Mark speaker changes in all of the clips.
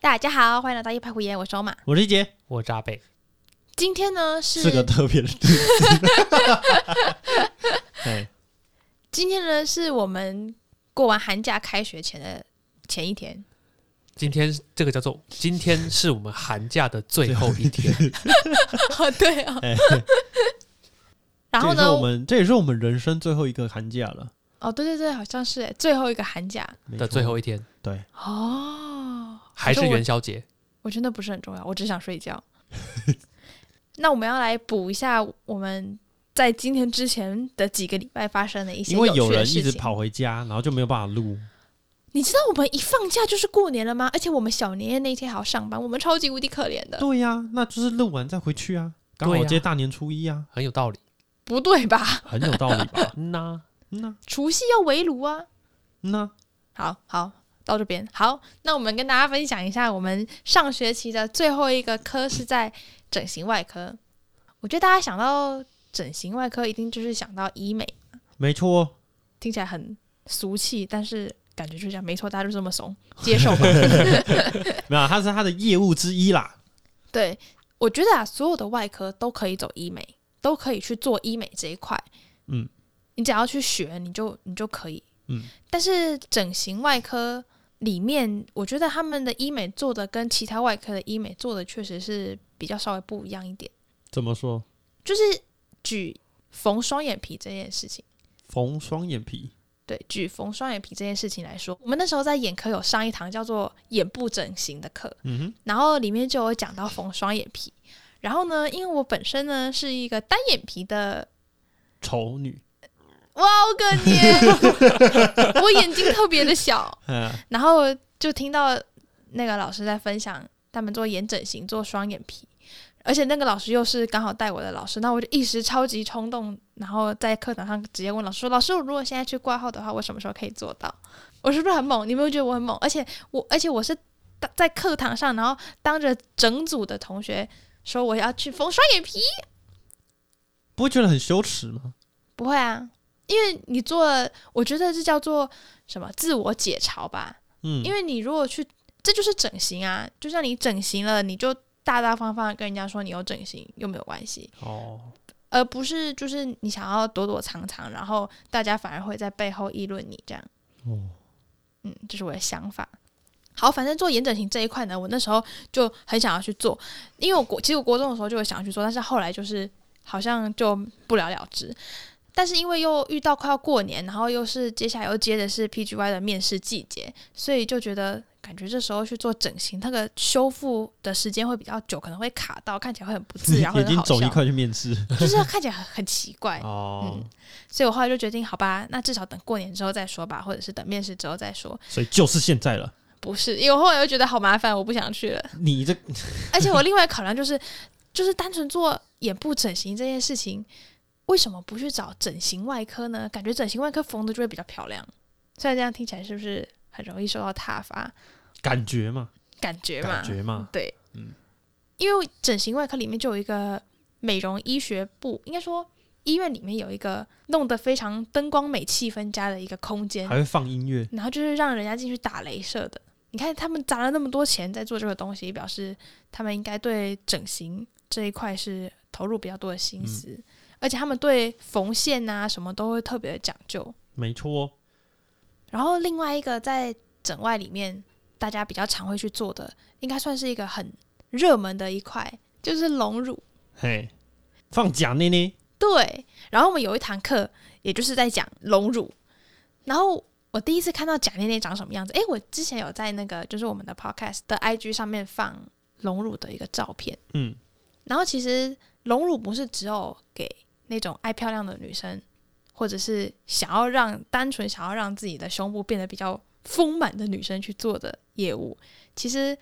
Speaker 1: 大家好，欢迎来到一派胡言，我是欧玛。
Speaker 2: 我是一杰，
Speaker 3: 我扎背，
Speaker 1: 今天呢是
Speaker 2: 是个特别 的日子。哎，
Speaker 1: 今天呢是我们过完寒假开学前的前一 天，
Speaker 3: 今天这个叫做今天是我们寒假的最后一天，
Speaker 1: 哦对哦，
Speaker 2: 哎
Speaker 1: 然后
Speaker 2: 这也是
Speaker 1: 呢
Speaker 2: 我们这也是我们人生最后一个寒假了
Speaker 1: 哦对对对，好像是哎最后一个寒假
Speaker 2: 没
Speaker 3: 的
Speaker 2: 错
Speaker 3: 最后一天
Speaker 2: 对，
Speaker 1: 哦，
Speaker 3: 还是
Speaker 1: 可我
Speaker 3: 元宵节，
Speaker 1: 我真的不是很重要，我只想睡觉。 那我们要来补一下我们在今天之前的几个礼拜发生的一些
Speaker 2: 因为
Speaker 1: 有
Speaker 2: 有
Speaker 1: 趣的
Speaker 2: 人
Speaker 1: 事
Speaker 2: 一直
Speaker 1: 情。
Speaker 2: 跑回家，然后就没有办法录。
Speaker 1: 你知道我们一放假就是过年了吗？而且我们小年夜那一天还要上班，我们超级无敌可怜的。
Speaker 2: 对呀、那就是录完再回去啊，刚
Speaker 3: 对
Speaker 2: 好
Speaker 3: 呀
Speaker 2: 接大年初一啊，
Speaker 3: 很有道理。？
Speaker 1: 不对吧？
Speaker 2: 很有道理吧
Speaker 3: 嗯呐，
Speaker 2: 那
Speaker 1: 除夕要围炉啊！
Speaker 2: 那
Speaker 1: 好好，到这边好，那我们跟大家分享一下我们上学期的最后一个科是在整形外科。我觉得大家想到整形外科，一定就是想到医美，
Speaker 2: 没错，
Speaker 1: 听起来很俗气，但是感觉就是这样，没错，大家就这么怂，接受吧。
Speaker 2: 没有啊，它是它的业务之一啦。
Speaker 1: 对，我觉得啊，所有的外科都可以走医美，都可以去做医美这一块。
Speaker 2: 嗯，
Speaker 1: 你只要去学，你就你就可以。
Speaker 2: 嗯，
Speaker 1: 但是整形外科里面，我觉得他们的医美做的跟其他外科的医美做的确实是比较稍微不一样一点。
Speaker 2: 怎么说？
Speaker 1: 就是举缝双眼皮这件事情。
Speaker 2: 缝双眼皮，
Speaker 1: 对，举缝双眼皮这件事情来说，我们那时候在眼科有上一堂叫做眼部整形的课，
Speaker 2: 嗯哼，
Speaker 1: 然后里面就有讲到缝双眼皮。然后呢，因为我本身呢是一个单眼皮的，
Speaker 2: 丑女，
Speaker 1: 哇，好可怜， 我眼睛特别的小。
Speaker 2: 嗯、
Speaker 1: 然后就听到那个老师在分享他们做眼整形、做双眼皮，而且那个老师又是刚好带我的老师，那我就一时超级冲动，然后在课堂上直接问老师说：“老师，我如果现在去挂号的话，我什么时候可以做到？我是不是很猛？你有没有觉得我很猛？而且我，而且我是当在课堂上，然后当着整组的同学说我要去缝双眼皮，
Speaker 2: 不会觉得很羞耻吗？
Speaker 1: 不会啊，因为你做了，我觉得这叫做什么自我解嘲吧。
Speaker 2: 嗯，
Speaker 1: 因为你如果去，这就是整形啊，就像你整形了，你就大大方方地跟人家说你有整形又没有关系，
Speaker 2: 哦，
Speaker 1: 而不是就是你想要躲躲藏藏，然后大家反而会在背后议论你这样。
Speaker 2: 哦，
Speaker 1: 嗯，这是我的想法。好，反正做眼整形这一块呢，我那时候就很想要去做，因为我国其实我国中的时候就有想要去做，但是后来就是好像就不了了之。但是因为又遇到快要过年，然后又是接下来又接的是 PGY 的面试季节，所以就觉得感觉这时候去做整形，那个修复的时间会比较久，可能会卡到，看起来会很不自 然，会
Speaker 2: 已
Speaker 1: 很
Speaker 2: 经
Speaker 1: 好
Speaker 2: 走一
Speaker 1: 笑，
Speaker 2: 块去 面试
Speaker 1: 就是看起来很很奇 怪。
Speaker 2: 哦，
Speaker 1: 嗯所以我后来就决定，好吧，那至少等过年之后再说吧，或者是等面试之后再说。
Speaker 2: 所以就是现在了。
Speaker 1: 不是，因为我后来又觉得好麻烦，我不想去 了。
Speaker 2: 你这
Speaker 1: 而且我另外考量就是，就是单纯做眼部整形这件事情，为什么不去找整形外科呢？感觉整形外科缝的就会比较漂亮。虽然这样听起来是不是很容易受到挞伐？
Speaker 2: 感觉嘛，
Speaker 1: 感觉嘛，
Speaker 2: 感觉嘛，
Speaker 1: 对，
Speaker 2: 嗯
Speaker 1: 因为整形外科里面就有一个美容医学部，应该说医院里面有一个弄得非常灯光美、气氛佳的一个空间，
Speaker 2: 还会放音乐，
Speaker 1: 然后就是让人家进去打镭射的。你看他们砸了那么多钱在做这个东西，表示他们应该对整形这一块是投入比较多的心思，而且他们对缝线啊什么都会特别的讲究。
Speaker 2: 没错。哦
Speaker 1: 然后另外一个在整外里面大家比较常会去做的，应该算是一个很热门的一块，就是隆乳。
Speaker 2: 嘿，放假内内，
Speaker 1: 对，然后我们有一堂课，也就是在讲隆乳，然后我第一次看到假内内长什么样子，诶，我之前有在那个就是我们的 podcast 的 IG 上面放隆乳的一个照片，
Speaker 2: 嗯，
Speaker 1: 然后其实隆乳不是只有给那种爱漂亮的女生，或者是想要让单纯想要让自己的胸部变得比较丰满的女生去做的业务，其实。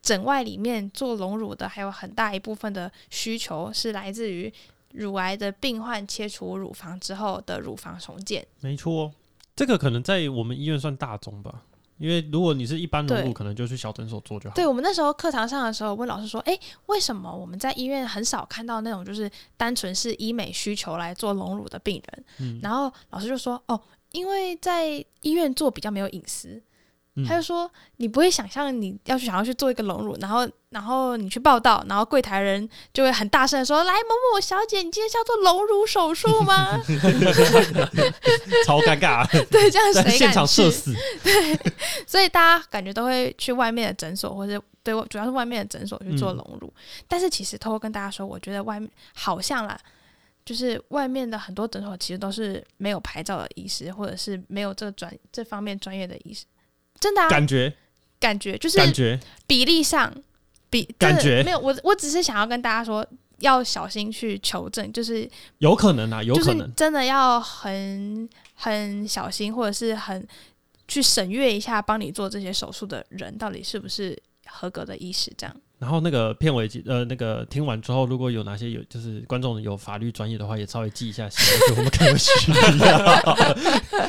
Speaker 1: 整外里面做隆乳的，还有很大一部分的需求是来自于乳癌的病患切除乳房之后的乳房重建。
Speaker 2: 没错。哦这个可能在我们医院算大宗吧，因为如果你是一般融入，可能就去小诊所做就好。
Speaker 1: 对我们那时候课堂上的时候，问老师说：“诶，为什么我们在医院很少看到那种就是单纯是医美需求来做隆乳的病人？”
Speaker 2: 嗯
Speaker 1: 然后老师就说：“哦，因为在医院做比较没有隐私，
Speaker 2: 嗯
Speaker 1: 他就说你不会想象你要去想要去做一个隆乳，然后然后你去报道，然后柜台人就会很大声的说：“来，某某小姐，你今天是要做隆乳手术吗
Speaker 2: 超尴尬，？”
Speaker 1: 对，这样
Speaker 2: 在
Speaker 1: 谁
Speaker 2: 现
Speaker 1: 敢
Speaker 2: 场
Speaker 1: 去
Speaker 2: 射？死。
Speaker 1: 所以大家感觉都会去外面的诊所，或者对，主要是外面的诊所去做隆乳。
Speaker 2: 嗯
Speaker 1: 但是其实偷偷跟大家说，我觉得外面好像啦，就是外面的很多诊所其实都是没有牌照的医师，或者是没有这个专这方面专业的医师。真的、啊、
Speaker 2: 感觉，
Speaker 1: 感觉就是
Speaker 2: 感觉，
Speaker 1: 比例上比
Speaker 2: 感觉
Speaker 1: 真的没有我，我只是想要跟大家说，要小心去求证，就是
Speaker 2: 有可能啊，有
Speaker 1: 就
Speaker 2: 可
Speaker 1: 是
Speaker 2: 能。
Speaker 1: 真的要很很小心，或者是很去审阅一下帮你做这些手术的人到底是不是合格的医师，这样
Speaker 2: 然后那个片尾记呃，那个听完之后，如果有哪些有就是观众有法律专业的话，也稍微记一下，写上去我们可能会需要。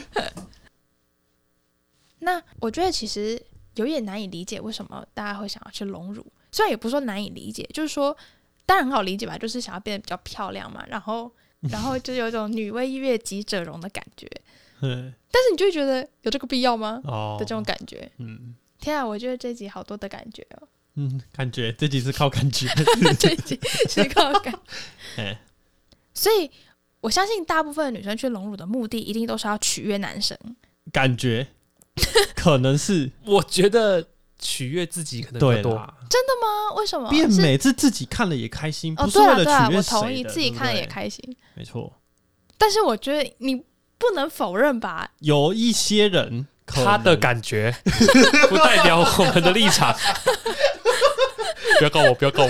Speaker 1: 那我觉得其实有点难以理解，为什么大家会想要去隆乳？虽然也不是说难以理解，就是说当然很好理解吧，就是想要变得比较漂亮嘛，然 后然后就有一种女为悦己者容的感觉。
Speaker 2: 嗯
Speaker 1: 但是你就会觉得有这个必要吗？
Speaker 2: 哦
Speaker 1: 的这种感觉。
Speaker 2: 嗯
Speaker 1: 天啊，我觉得这集好多的感觉哦，
Speaker 2: 嗯， 感觉这集是靠感觉，
Speaker 1: 这集是靠感。
Speaker 2: 哎，
Speaker 1: 所以我相信大部分的女生去隆乳的目的，一定都是要取悦男生。
Speaker 2: 感觉可能是
Speaker 3: 我觉得取悦自己可能比
Speaker 2: 对
Speaker 3: 较多。
Speaker 2: 啦。
Speaker 1: 啊，为什么？
Speaker 2: 变
Speaker 1: 是
Speaker 2: 美是自己看了也开心，
Speaker 1: 哦，
Speaker 2: 不是
Speaker 1: 对
Speaker 2: 为
Speaker 1: 啊，
Speaker 2: 了
Speaker 1: 对啊
Speaker 2: 取，悦
Speaker 1: 我
Speaker 2: 谁
Speaker 1: 同意，
Speaker 2: 的
Speaker 1: 自己看了也，
Speaker 2: 对不
Speaker 1: 开心。
Speaker 2: 对没错。
Speaker 1: 但是我觉得你不能否认 吧，
Speaker 2: 有一些人可
Speaker 3: 他的
Speaker 2: 能
Speaker 3: 感觉 不代表我们的立场。 不要告我，不要告我。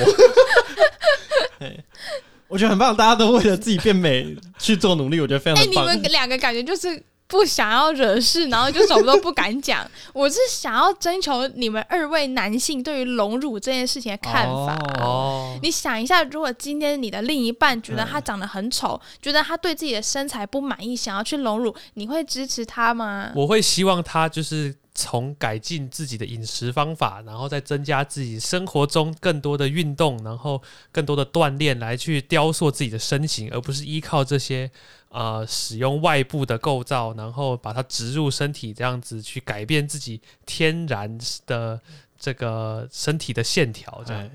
Speaker 2: 我觉得很棒，大家都为了自己变美去做努力，我觉得非
Speaker 1: 哎、
Speaker 2: 常的
Speaker 1: 你
Speaker 2: 棒。
Speaker 1: 们两个感觉就是。不想要惹事，然后就什么都不敢讲。我是想要征求你们二位男性对于隆乳这件事情的看法。
Speaker 3: 哦，
Speaker 1: 你想一下，如果今天你的另一半觉得
Speaker 2: 嗯
Speaker 1: 他长得很丑，觉得他对自己的身材不满意，想要去隆乳，你会支持他吗？
Speaker 3: 我会希望他就是从改进自己的饮食方法，然后再增加自己生活中更多的运动，然后更多的锻炼来去雕塑自己的身形，而不是依靠这些呃使用外部的构造，然后把它植入身体，这样子去改变自己天然的这个身体的线条。这样、
Speaker 2: 哎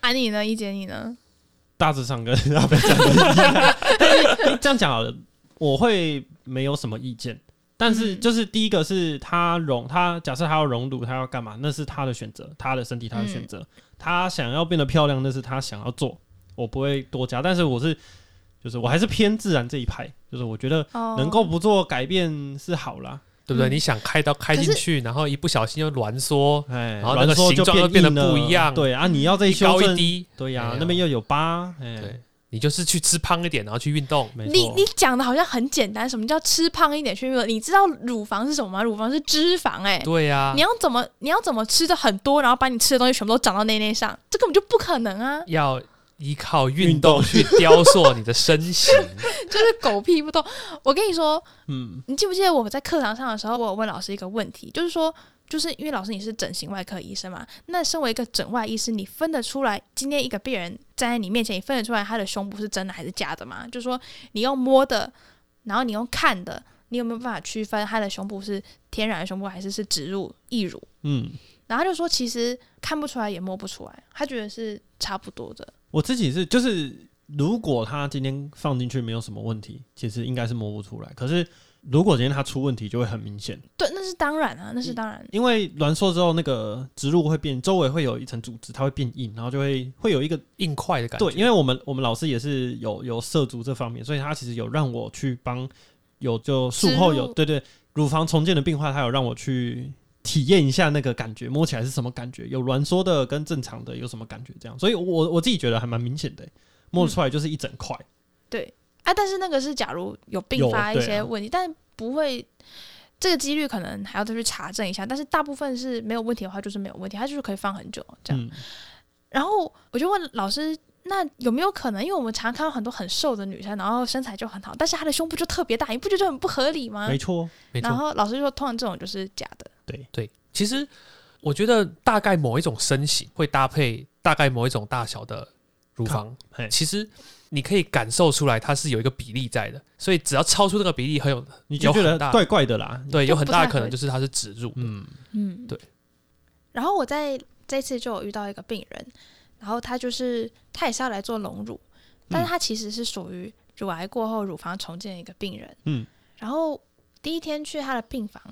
Speaker 1: 啊，你呢？一姐，你呢？
Speaker 2: 大致上跟 阿北讲的一样， 但是这样讲好了，我会没有什么意见。但是
Speaker 1: 嗯
Speaker 2: 就是第一个是他融他假设他要融乳，他要干嘛？那是他的选择，他的身体他的选择，他想要变得漂亮，那是他想要做，我不会多加。但是我是就是我还是偏自然这一派，就是我觉得
Speaker 1: 哦，
Speaker 2: 能够不做改变是好啦。
Speaker 3: 对不对？
Speaker 1: 嗯
Speaker 3: 你想开刀开进去，然后一不小心又挛缩，
Speaker 2: 哎，
Speaker 3: 然后哦那个
Speaker 2: 挛缩
Speaker 3: 形
Speaker 2: 就
Speaker 3: 状又
Speaker 2: 变
Speaker 3: 变得
Speaker 2: 硬了
Speaker 3: 不一样
Speaker 2: 对啊，你要再
Speaker 3: 一
Speaker 2: 修
Speaker 3: 高一
Speaker 2: 正，
Speaker 3: 低，
Speaker 2: 对呀、
Speaker 3: 哎呀
Speaker 2: 那边又有疤，哎，
Speaker 3: 对你就是去吃胖一点，然后去运动。
Speaker 2: 没
Speaker 1: 你
Speaker 2: 错，
Speaker 1: 你讲的好像很简单，什么叫吃胖一点去运动？你知道乳房是什么吗？乳房是脂肪、哎、
Speaker 3: 对啊呀、
Speaker 1: 你要怎么你要怎么吃的很多，然后把你吃的东西全部都长到内内上？这根本就不可能啊！
Speaker 3: 要依靠运动去雕塑你的身形。
Speaker 1: 就是狗屁不通。我跟你说，
Speaker 2: 嗯，
Speaker 1: 你记不记得我们在课堂上的时候，我有问老师一个问题，就是说，就是因为老师你是整形外科医生嘛，那身为一个整外医师，你分得出来今天一个病人站在你面前，你分得出来他的胸部是真的还是假的吗？就是说，你用摸的，然后你用看的，你有没有办法区分他的胸部是天然的胸部还是是植入义乳？
Speaker 2: 嗯，
Speaker 1: 然后他就说，其实看不出来也摸不出来，他觉得是差不多的。
Speaker 2: 我自己是就是，如果他今天放进去没有什么问题，其实应该是摸不出来。可是如果今天他出问题，就会很明显，
Speaker 1: 对，那是当然啊，那是当然。
Speaker 2: 因为挛缩之后，那个植入会变，周围会有一层组织，它会变硬，然后就会会有一个
Speaker 3: 硬块的感觉。
Speaker 2: 对，因为我们我们老师也是有有涉足这方面，所以他其实有让我去帮有就术后
Speaker 1: 植入
Speaker 2: 有对对乳房重建的病患，他有让我去体验一下那个感觉，摸起来是什么感觉，有挛缩的跟正常的有什么感觉这样，所以我我自己觉得还蛮明显的、欸摸得出来就是一整块。
Speaker 1: 嗯啊，但是那个是假如有并
Speaker 2: 有
Speaker 1: 发一
Speaker 2: 对
Speaker 1: 些
Speaker 2: 啊
Speaker 1: 问题，但不会这个几率可能还要再去查证一下。但是大部分是没有问题的话，就是没有问题，它就是可以放很久这样。
Speaker 2: 嗯，
Speaker 1: 然后我就问老师，那有没有可能？因为我们常看到很多很瘦的女生，然后身材就很好，但是她的胸部就特别大，你不觉得很不合理吗
Speaker 2: 没？错，
Speaker 3: 没
Speaker 1: 然
Speaker 3: 错，
Speaker 1: 后老师就说，通常这种就是假的。
Speaker 3: 对。其实我觉得大概某一种身形会搭配大概某一种大小的乳房
Speaker 2: 嘿。
Speaker 3: 其实你可以感受出来它是有一个比例在的，所以只要超出这个比例，很有
Speaker 2: 你就觉
Speaker 3: 有
Speaker 2: 得
Speaker 3: 很大
Speaker 2: 怪怪的啦。
Speaker 3: 对，有
Speaker 1: 不
Speaker 3: 很大
Speaker 1: 太
Speaker 3: 可能
Speaker 1: 会
Speaker 3: 就是它是植入。
Speaker 2: 嗯，
Speaker 1: 嗯，
Speaker 3: 对。
Speaker 1: 然后我在这次就有遇到一个病人，然后他就是他也是要来做隆乳，但是他其实是属于乳癌过后乳房重建的一个病人。
Speaker 2: 嗯，
Speaker 1: 然后第一天去他的病房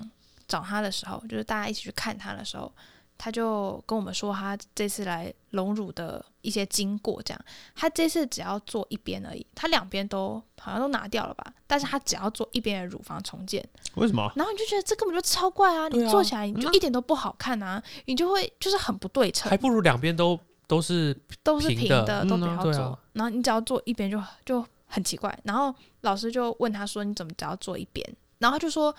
Speaker 1: 找他的时候，就是大家一起去看他的时候，他就跟我们说他这次来隆乳的一些经过，这样。他这次只要做一边而已，他两边都好像都拿掉了吧，但是他只要做一边的乳房重建。
Speaker 2: 为什么？
Speaker 1: 然后你就觉得这根本就超怪啊！
Speaker 3: 对啊
Speaker 1: 你做起来你就
Speaker 3: 嗯
Speaker 1: 一点都不好看啊，你就会就是很不对称
Speaker 3: 还，不如两边都都是
Speaker 1: 都是平
Speaker 3: 平
Speaker 1: 的，
Speaker 3: 的
Speaker 1: 都
Speaker 2: 嗯
Speaker 1: 不
Speaker 2: 啊
Speaker 1: 要
Speaker 3: 对
Speaker 1: 做。
Speaker 3: 啊
Speaker 1: 然后你只要做一边就就很奇怪。然后老师就问他说：“你怎么只要做一边？”然后他就说：“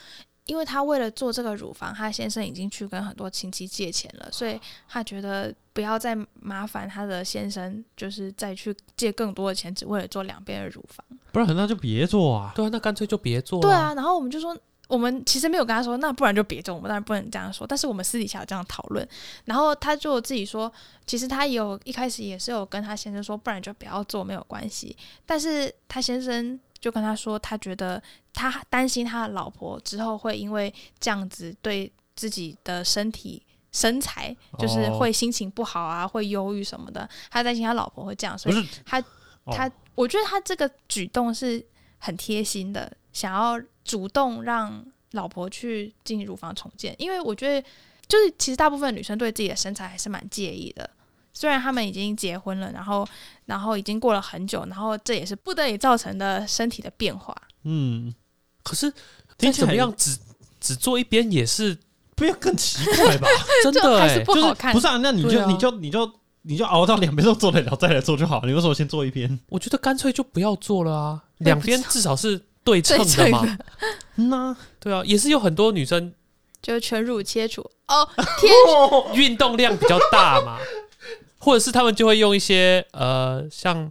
Speaker 1: 因为他为了做这个乳房，他先生已经去跟很多亲戚借钱了，所以他觉得不要再麻烦他的先生，就是再去借更多的钱，只为了做两边的乳房。”
Speaker 2: 不然那就别做啊。
Speaker 3: 对啊，那干脆就别做、
Speaker 1: 对啊，然后我们就说，我们其实没有跟他说，那不然就别做，我们当然不能这样说。但是我们私底下有这样讨论，然后他就自己说，其实他也有一开始也是有跟他先生说，不然就不要做，没有关系。但是他先生就跟他说，他觉得他担心他的老婆之后会因为这样子对自己的身体。身材就是
Speaker 2: 哦
Speaker 1: 会心情不好啊，会忧郁什么的。他担心他老婆会这样，所以
Speaker 2: 不是
Speaker 1: 他
Speaker 2: 哦
Speaker 1: 他我觉得他这个举动是很贴心的，想要主动让老婆去进乳房重建，因为我觉得就是其实大部分女生对自己的身材还是蛮介意的。虽然他们已经结婚了，然后 然后已经过了很久，然后这也是不得已造成的身体的变化。
Speaker 2: 嗯，
Speaker 3: 可是
Speaker 2: 听
Speaker 3: 再
Speaker 2: 起来
Speaker 3: 怎么样，只只做一边也是
Speaker 2: 不要更奇怪 吧？
Speaker 3: 真
Speaker 1: 就
Speaker 3: 的、
Speaker 1: 还是
Speaker 3: 欸。
Speaker 1: 不
Speaker 2: 就是
Speaker 1: 好看
Speaker 2: 不是啊，那你
Speaker 3: 对
Speaker 2: 就
Speaker 3: 啊
Speaker 2: 你就你就你就熬到两边都做得了再来做就好。你为什么先做一边？
Speaker 3: 我觉得干脆就不要做了啊，
Speaker 1: 我也
Speaker 3: 两
Speaker 1: 不知道
Speaker 3: 边至少是对称
Speaker 1: 对
Speaker 3: 的
Speaker 1: 称
Speaker 3: 嘛。
Speaker 1: 的
Speaker 2: 那
Speaker 3: 对啊，也是有很多女生
Speaker 1: 就是全乳切除哦，天，
Speaker 3: 运动量比较大嘛， 或者是她们就会用一些呃像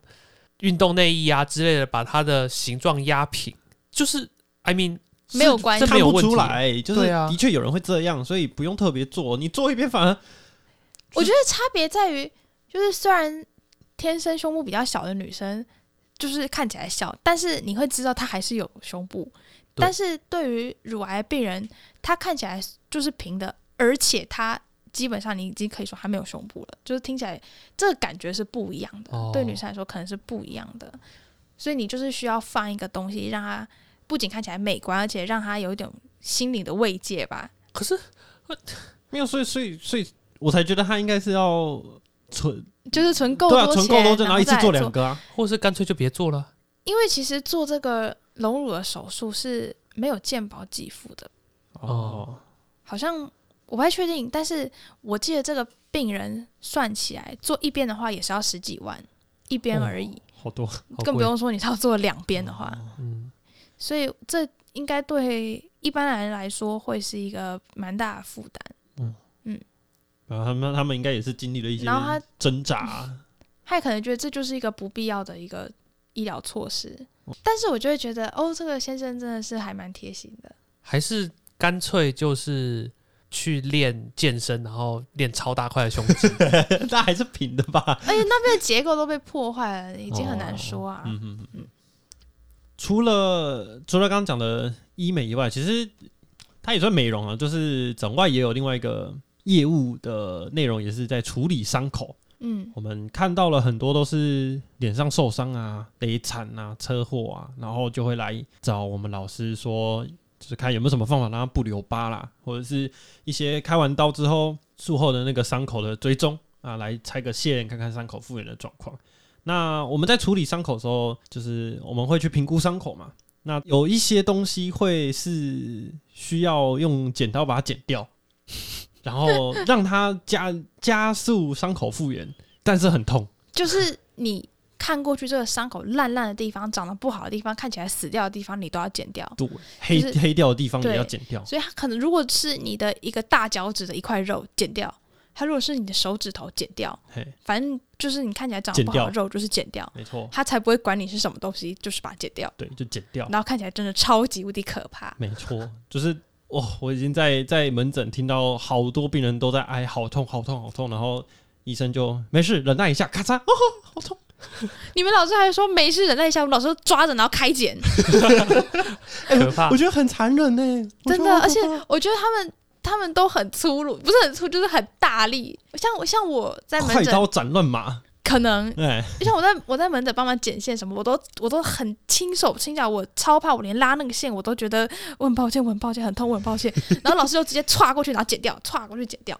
Speaker 3: 运动内衣啊之类的，把它的形状压平。就是 I mean
Speaker 1: 没有关系
Speaker 3: 这没
Speaker 2: 看
Speaker 3: 有
Speaker 2: 不
Speaker 3: 问题
Speaker 2: 出。来，就是
Speaker 3: 对啊
Speaker 2: 的确有人会这样，所以不用特别做。你做一边反而
Speaker 1: 我觉得差别在于，就是虽然天生胸部比较小的女生，就是看起来小，但是你会知道她还是有胸部。
Speaker 3: 对
Speaker 1: 但是对于乳癌病人，她看起来就是平的，而且她基本上你已经可以说她没有胸部了，就是听起来这个感觉是不一样的。
Speaker 3: 哦
Speaker 1: 对女生来说可能是不一样的，所以你就是需要放一个东西，让她不仅看起来美观，而且让她有一种心理的慰藉吧。
Speaker 3: 可是
Speaker 2: 没有，所以所以所以我才觉得他应该是要存
Speaker 1: 就是存够
Speaker 2: 对啊，
Speaker 1: 多
Speaker 2: 存
Speaker 1: 钱，
Speaker 2: 够多就然后一次
Speaker 1: 再来
Speaker 2: 做两个啊，
Speaker 3: 或者是干脆就别做了。
Speaker 1: 因为其实做这个隆乳的手术是没有健保给付的，
Speaker 2: 哦，
Speaker 1: 好像我不太确定，但是我记得这个病人算起来做一边的话也是要十几万，一边而已，
Speaker 2: 好多
Speaker 3: 哦好
Speaker 1: 更不
Speaker 3: 贵
Speaker 1: 用说你是要做两边的话，
Speaker 3: 嗯，
Speaker 1: 所以这应该对一般人来说会是一个蛮大的负担。
Speaker 2: 然后啊他们他们应该也是经历了一些
Speaker 1: 然后他
Speaker 2: 挣扎，
Speaker 1: 他也可能觉得这就是一个不必要的一个医疗措施，但是我就会觉得哦，这个先生真的是还蛮贴心的。
Speaker 3: 还是干脆就是去练健身，然后练超大块的胸 肌。
Speaker 2: 那还是平的吧？
Speaker 1: 而且那边的结构都被破坏了，已经很难说啊。
Speaker 2: 嗯嗯嗯。除了除了刚刚讲的医美以外，其实它也算美容啊，就是整外也有另外一个业务的内容，也是在处理伤口。
Speaker 1: 嗯
Speaker 2: 我们看到了很多都是脸上受伤啊、累惨啊、车祸啊，然后就会来找我们老师说，就是看有没有什么方法让他不留疤啦，或者是一些开完刀之后术后的那个伤口的追踪啊，来拆个线看看伤口复原的状况。那我们在处理伤口的时候，就是我们会去评估伤口嘛。那有一些东西会是需要用剪刀把它剪掉， 然后让它加加速伤口复原。但是很痛。
Speaker 1: 就是你看过去这个伤口烂烂的地方、长得不好的地方、看起来死掉的地方，你都要剪掉。
Speaker 2: 对，黑、
Speaker 1: 就是
Speaker 2: 黑掉的地方
Speaker 1: 对
Speaker 2: 也要剪掉。
Speaker 1: 所以它可能如果是你的一个大脚趾的一块肉，剪掉；它如果是你的手指头，剪掉。
Speaker 2: 嘿，
Speaker 1: 反正就是你看起来长得不好的肉，就是剪掉。
Speaker 2: 没错，
Speaker 1: 它才不会管你是什么东西，就是把它剪掉。
Speaker 2: 对，就剪掉。
Speaker 1: 然后看起来真的超级无敌可怕。
Speaker 2: 没错，就是哇，我已经在在门诊听到好多病人都在哀，好痛，好痛，好痛。然后医生就没事，忍耐一下，咔嚓，哦，好痛，
Speaker 1: 你们老师还说没事忍耐一下，我们老师抓着然后开剪，
Speaker 3: 可怕
Speaker 2: 我。觉得很残忍呢、我
Speaker 1: 啊
Speaker 2: 觉
Speaker 1: 真
Speaker 2: 得
Speaker 1: 的，
Speaker 2: 好可怕
Speaker 1: 而且我觉得他们他们都很粗鲁，不是很粗，就是很大力。像我像我在门
Speaker 2: 快
Speaker 1: 诊，
Speaker 2: 刀斩 乱麻，
Speaker 1: 可能
Speaker 2: 哎、
Speaker 1: 像我在我在门诊帮忙剪线什么，我都我都很轻手轻脚，我超怕，我连拉那个线我都觉得我很抱歉，我很抱歉，很痛，我很抱歉。然后老师就直接歘过去，然后剪掉，歘过去剪掉。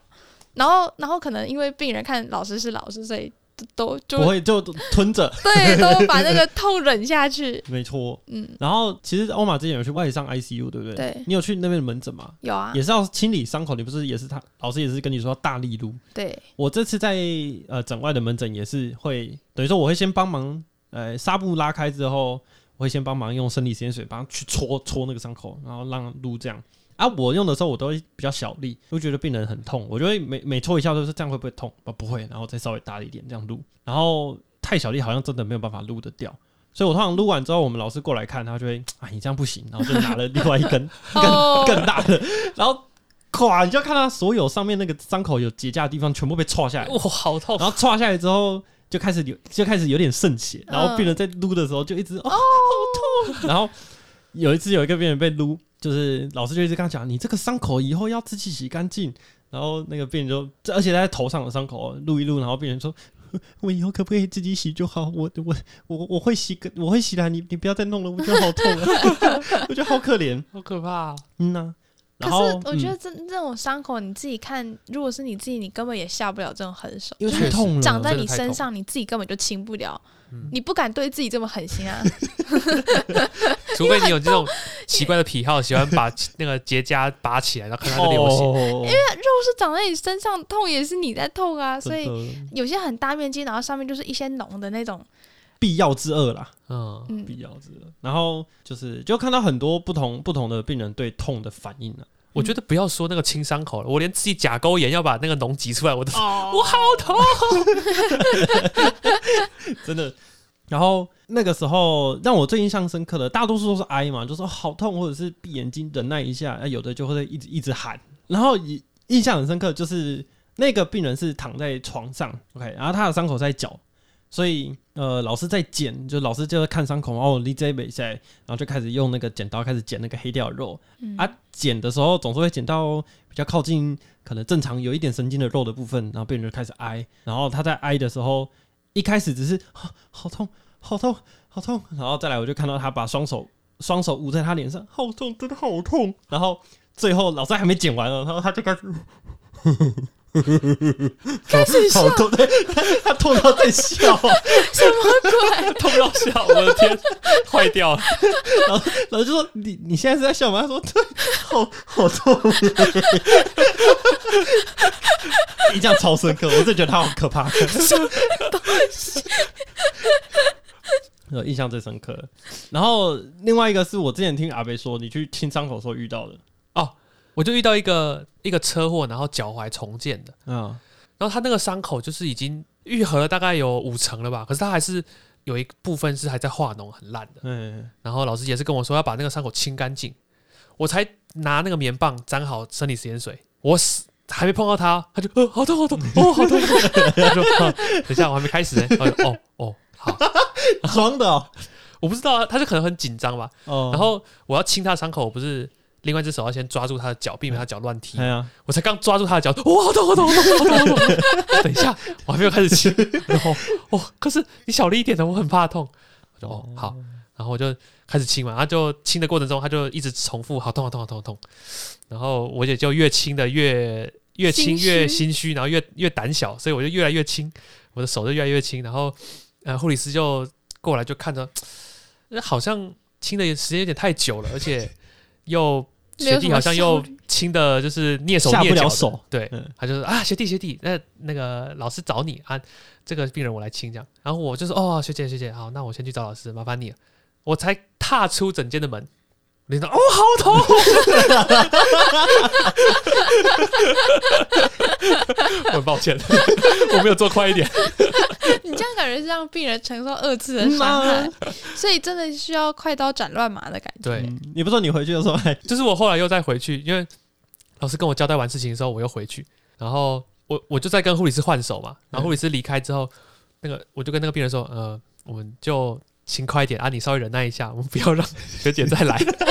Speaker 1: 然后然后可能因为病人看老师是老师，所以都都
Speaker 2: 不
Speaker 1: 就
Speaker 2: 会就吞 着，
Speaker 1: 对都把那个痛忍下去。
Speaker 2: 没错。
Speaker 1: 嗯，
Speaker 2: 然后其实欧玛之前有去外伤 ICU，对不对？
Speaker 1: 对
Speaker 2: 你有去那边的门诊吗？
Speaker 1: 有啊
Speaker 2: 也，是要清理伤口，你不是也是他老师也是跟你说要大力撸。
Speaker 1: 对，
Speaker 2: 我这次在呃诊外的门诊也是会，等于说我会先帮忙，呃纱布拉开之后，我会先帮忙用生理盐水帮他去搓搓那个伤口，然后让撸这样。啊，我用的时候我都会比较小力，会觉得病人很痛，我就会每每搓一下都是这样会不会痛？啊，不会，然后再稍微大力一点这样撸，然后太小力好像真的没有办法撸得掉。所以我通常撸完之后，我们老师过来看，他就会，啊，你这样不行，然后就拿了另外一根，
Speaker 1: 哦，
Speaker 2: 更大的，然后咵，你就看到所有上面那个伤口有结痂的地方全部被戳下来，
Speaker 3: 哇，好痛！
Speaker 2: 然后戳下来之后就开始流，就开始有点渗血，然
Speaker 1: 嗯
Speaker 2: 后病人在撸的时候就一直、哦好痛，然后有一次有一个病人被撸，就是老师就一直跟他讲，你这个伤口以后要自己洗干净。然后那个病人就，这而且他在头上的伤口哦撸一撸，然后病人说：“我以后可不可以自己洗就好？我我我我会洗，我会洗的，你你不要再弄了，我觉得好痛啊， 我觉得好可怜。
Speaker 3: 好可怕！”啊
Speaker 2: 嗯呐、
Speaker 1: 可
Speaker 2: 然后
Speaker 1: 是我觉
Speaker 2: 嗯
Speaker 1: 得这、这种伤口你自己看，如果是你自己，你根本也下不了这种狠手。
Speaker 2: 因为
Speaker 3: 就
Speaker 2: 太
Speaker 3: 是
Speaker 2: 痛了，
Speaker 1: 长在
Speaker 3: 真的
Speaker 1: 你
Speaker 3: 太
Speaker 1: 身
Speaker 3: 痛
Speaker 1: 上，你自己根本就清不了，
Speaker 3: 嗯
Speaker 1: 你不敢对自己这么狠心 啊！
Speaker 3: 除非你有这种奇怪的癖好，喜欢把 那个结痂拔起来，然后看它在流血。
Speaker 2: 哦，因为
Speaker 1: 就是长在你身上痛，也是你在痛啊，所以有些很大面积，然后上面就是一些脓的那种，
Speaker 2: 必要之恶啦，
Speaker 3: 嗯，
Speaker 1: 嗯，
Speaker 2: 必要之恶。然后就是就看到很多不同不同的病人对痛的反应啊了、
Speaker 3: 我觉得不要说那个轻伤口了，我连自己甲沟炎要把那个脓挤出来，我都
Speaker 1: 哦
Speaker 3: 我好痛。
Speaker 2: 真的。然后那个时候让我最印象深刻的，大多数都是哀嘛，就说好痛，或者是闭眼睛忍耐一下，那有的就会一直一直喊。然后也印象很深刻，就是那个病人是躺在床上，OK，然后他的伤口在脚，所以呃，老师在剪，就老师就在看伤口，哦，离这北塞，然后就开始用那个剪刀开始剪那个黑掉的肉、啊，剪的时候总是会剪到比较靠近可能正常有一点神经的肉的部分，然后病人就开始哀，然后他在哀的时候，一开始只是、啊、好痛，好痛，好痛，然后再来我就看到他把双手双手捂在他脸上，好痛，真的好痛，然后最后老师还没剪完哦，然后他就开始。
Speaker 1: 开始笑
Speaker 2: 好痛，对，他他痛到在笑啊、
Speaker 1: 什么鬼？
Speaker 3: 痛到笑，我的天， 坏掉了！
Speaker 2: 然后就说你你现在是在笑吗？他说 对，好好痛。印象超深刻，我真的觉得他好可怕。 我印象最深刻。然后另外一个是我之前听阿北说，你去清伤口的时候遇到的，
Speaker 3: 哦我就遇到一个一个车祸，然后脚踝重建的，
Speaker 2: 嗯，
Speaker 3: 然后他那个伤口就是已经愈合了大概有五成了吧，可是他还是有一部分是还在化脓，很烂的。
Speaker 2: 嗯，
Speaker 3: 然后老师也是跟我说要把那个伤口清干净，我才拿那个棉棒沾好生理食盐水，我死还没碰到他，他就呃好痛好痛哦好痛，他就、哦等一下我还没开始呢，他就哦哦好，
Speaker 2: 装的哦，
Speaker 3: 我不知道啊，他就可能很紧张吧。
Speaker 2: 哦
Speaker 3: 然后我要清他的伤口，我不是另外一只手要先抓住他的脚，避免他脚乱踢
Speaker 2: 哎。呀，
Speaker 3: 我才刚抓住他的脚，哦，好痛，好痛，好痛，好痛，好痛！等一下，我还没有开始清。然后，哦，可是你小力一点的，我很怕痛。我就哦好，然后我就开始清嘛，然后就清的过程中，他就一直重复好痛，好痛，好痛，好痛。然后我也就越清的越越清
Speaker 1: 心虚
Speaker 3: 越心虚，然后越越胆小，所以我就越来越轻，我的手就越来越轻。然后，呃，护理师就过来就看着，呃好像清的时间有点太久了，而且又
Speaker 1: 没有
Speaker 3: 学弟
Speaker 1: 什么
Speaker 3: 好像又
Speaker 1: 效率
Speaker 3: 轻的，就是蹑手
Speaker 2: 下不
Speaker 3: 蹑脚
Speaker 2: 了
Speaker 3: 的
Speaker 2: 手，
Speaker 3: 对
Speaker 2: 嗯，
Speaker 3: 他就说啊，学弟学弟，那那个老师找你啊，这个病人我来清这样。然后我就说哦，学姐学姐，好，那我先去找老师，麻烦你了。我才踏出诊间的门，我听到哦，好痛！ 我很抱歉，我没有做快一点。
Speaker 1: 你这样感觉是让病人承受二次的伤害，所以真的需要快刀斩乱麻的感觉。
Speaker 3: 对，
Speaker 2: 嗯你不说你回去的时候还
Speaker 3: 就是我后来又再回去，因为老师跟我交代完事情之后，我又回去，然后我我就在跟护理师换手嘛，然后护理师离开之后，那个我就跟那个病人说，呃，我们就勤快一点啊，你稍微忍耐一下，我们不要让学姐再来。对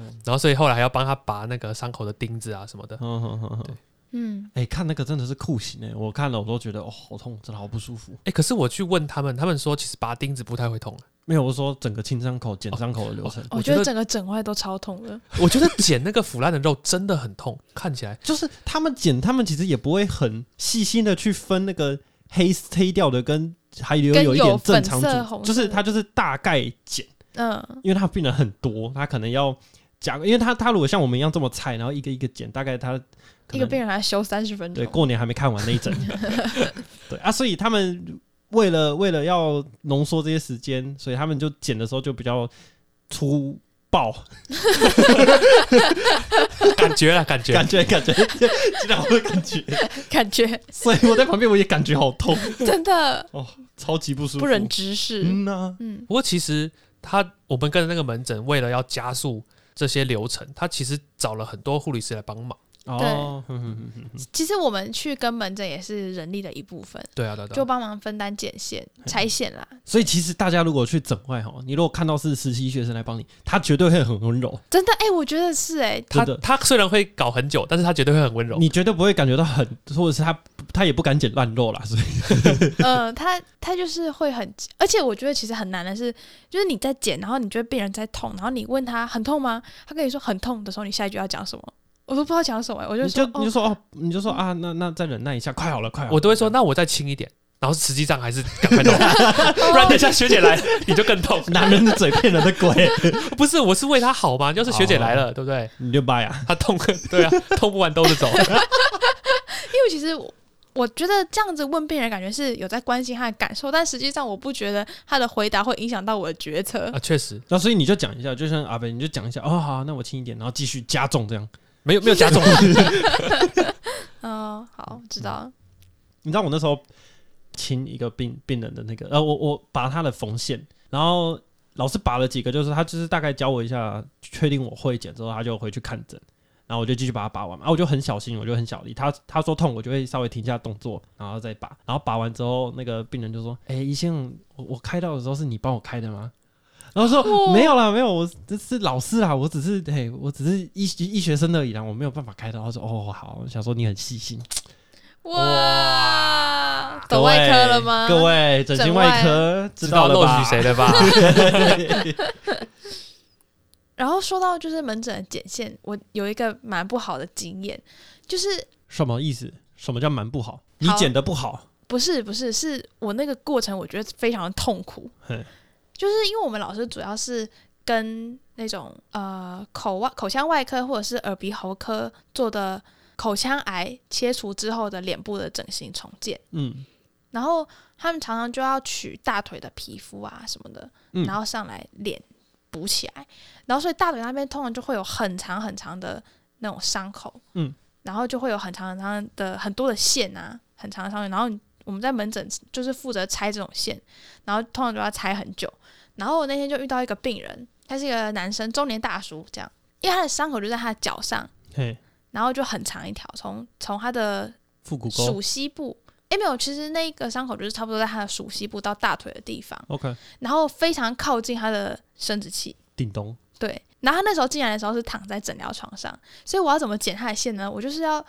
Speaker 2: 嗯
Speaker 3: 然后所以后来还要帮他拔那个伤口的钉子啊什么的。
Speaker 2: 嗯哼哼哼
Speaker 3: 对
Speaker 1: 嗯，
Speaker 2: 哎、看那个真的是酷刑哎、我看了我都觉得哦，好痛，真的好不舒服。
Speaker 3: 哎，可是我去问他们，他们说其实拔钉子不太会痛。啊
Speaker 2: 没有，我说整个清伤口、剪伤口的流程，
Speaker 1: 我
Speaker 3: 我
Speaker 1: 觉
Speaker 3: 觉得
Speaker 1: 得整个整块都超痛的。
Speaker 3: 我觉得剪那个腐烂的肉真的很痛，看起来
Speaker 2: 就是他们剪，他们其实也不会很细心的去分那个黑黑掉的跟还留
Speaker 1: 跟
Speaker 2: 有一
Speaker 1: 有
Speaker 2: 点正
Speaker 1: 粉
Speaker 2: 常
Speaker 1: 色
Speaker 2: 组，
Speaker 1: 红
Speaker 2: 就是
Speaker 1: 色
Speaker 2: 他就是大概剪，
Speaker 1: 嗯，
Speaker 2: 因为他病人很多，他可能要加，因为他他如果像我们一样这么菜，然后一个一个剪，大概他
Speaker 1: 一
Speaker 2: 可
Speaker 1: 个
Speaker 2: 能
Speaker 1: 病人来修三十分
Speaker 2: 对
Speaker 1: 钟，
Speaker 2: 过年还没看完 那一整，对啊，所以他们为了为了要浓缩这些时间，所以他们就剪的时候就比较粗暴，
Speaker 3: 感觉啦，感觉
Speaker 2: 感觉感觉， 竟然会感觉，
Speaker 1: 感 觉
Speaker 2: 所以我在旁边我也感觉好痛，
Speaker 1: 真的
Speaker 2: 超级不舒服，
Speaker 1: 不忍直视。
Speaker 2: 嗯呐、
Speaker 1: 嗯
Speaker 3: 不过其实他我们跟那个门诊为了要加速这些流程，他其实找了很多护理师来帮忙。
Speaker 2: 哦，哼哼哼哼哼
Speaker 1: 其实我们去跟门诊也是人力的一部分，
Speaker 3: 对啊，对啊，对
Speaker 1: 就
Speaker 3: 啊
Speaker 1: 帮忙分担剪线、拆线啦，
Speaker 2: 所以其实大家如果去整外哈，你如果看到是实习学生来帮你，他绝对会很温柔，
Speaker 1: 真的，哎、我觉得是 哎、
Speaker 3: 他
Speaker 2: 真的
Speaker 3: 他虽然会搞很久，但是他绝对会很温柔。
Speaker 2: 你绝对不会感觉到很，或者是他他也不敢捡烂肉啦，所以
Speaker 1: 呃，他他就是会很，而且我觉得其实很难的是，就是你在剪，然后你觉得病人在痛，然后你问他很痛吗？他跟你说很痛的时候，你下一句要讲什么？我都不知道讲什么、我就
Speaker 2: 你
Speaker 1: 说
Speaker 2: 就你就
Speaker 1: 哦，
Speaker 2: 说哦，你就说啊，那那再忍耐一下，快好了，快好了，
Speaker 3: 我都会说，那我再轻一点，然后实际上还是赶 快弄，不然等一下学姐来你就更痛。
Speaker 2: 男人的嘴骗人的鬼，
Speaker 3: 不是，我是为他好嘛，就是学姐来了，对不对？
Speaker 2: 你就掰啊，
Speaker 3: 哦他 痛，对啊，痛不完兜着走。
Speaker 1: 因为其实我我觉得这样子问病人，感觉是有在关心他的感受，但实际上我不觉得他的回答会影响到我的决策
Speaker 3: 啊，。确实
Speaker 2: 那所以你就讲一下，就像阿北，你就讲一下，哦好，那我轻一点，然后继续加重这样。
Speaker 3: 没有没有加重。啊
Speaker 1: 嗯、好，知道了。
Speaker 2: 你知道我那时候清一个病病人的那个，呃，我我拔他的缝线，然后老师拔了几个，就是他就是大概教我一下，确定我会剪之后，他就回去看诊，然后我就继续把它拔完嘛，啊，我就很小心，我就很小力，他他说痛，我就会稍微停下动作，然后再拔，然后拔完之后，那个病人就说，哎、医生，我我开刀的时候是你帮我开的吗？然后说
Speaker 1: 哇
Speaker 2: 没有啦，没有，我这是老师啦，我只是嘿，我只是医医学生而已啦，我没有办法开刀。他说哦好，想说你很细心，
Speaker 1: 哇，懂外科了吗？
Speaker 2: 各位，整形外科
Speaker 3: 知
Speaker 2: 知道
Speaker 3: 道
Speaker 2: 了
Speaker 3: 漏
Speaker 2: 吧
Speaker 3: 取？谁了 吧？
Speaker 1: 然后说到就是门诊的剪线，我有一个蛮不好的经验，就是
Speaker 2: 什么意思？什么叫蛮不好？你
Speaker 1: 好
Speaker 2: 剪的不好，
Speaker 1: 不是不是，是我那个过程我觉得非常的痛苦
Speaker 2: 嘿，
Speaker 1: 就是因为我们老师主要是跟那种呃口外口腔外科或者是耳鼻喉科做的口腔癌切除之后的脸部的整形重建，
Speaker 2: 嗯，
Speaker 1: 然后他们常常就要取大腿的皮肤啊什么的，
Speaker 2: 嗯
Speaker 1: 然后上来脸补起来，然后所以大腿那边通常就会有很长很长的那种伤口，
Speaker 2: 嗯，
Speaker 1: 然后就会有很长很长的很多的线啊，很长的伤口，然后你我们在门诊就是负责拆这种线，然后通常都要拆很久，然后我那天就遇到一个病人，他是一个男生，中年大叔这样，因为他的伤口就在他的脚上，
Speaker 2: 嘿，
Speaker 1: 然后就很长一条，从从他的
Speaker 2: 腹股沟
Speaker 1: 属膝部。诶，没有，其实那个伤口就是差不多在他的属膝部到大腿的地方，
Speaker 2: ，OK，
Speaker 1: 然后非常靠近他的生殖器。
Speaker 2: 叮咚，
Speaker 1: 对，然后他那时候进来的时候是躺在诊疗床上，所以我要怎么剪他的线呢？我就是要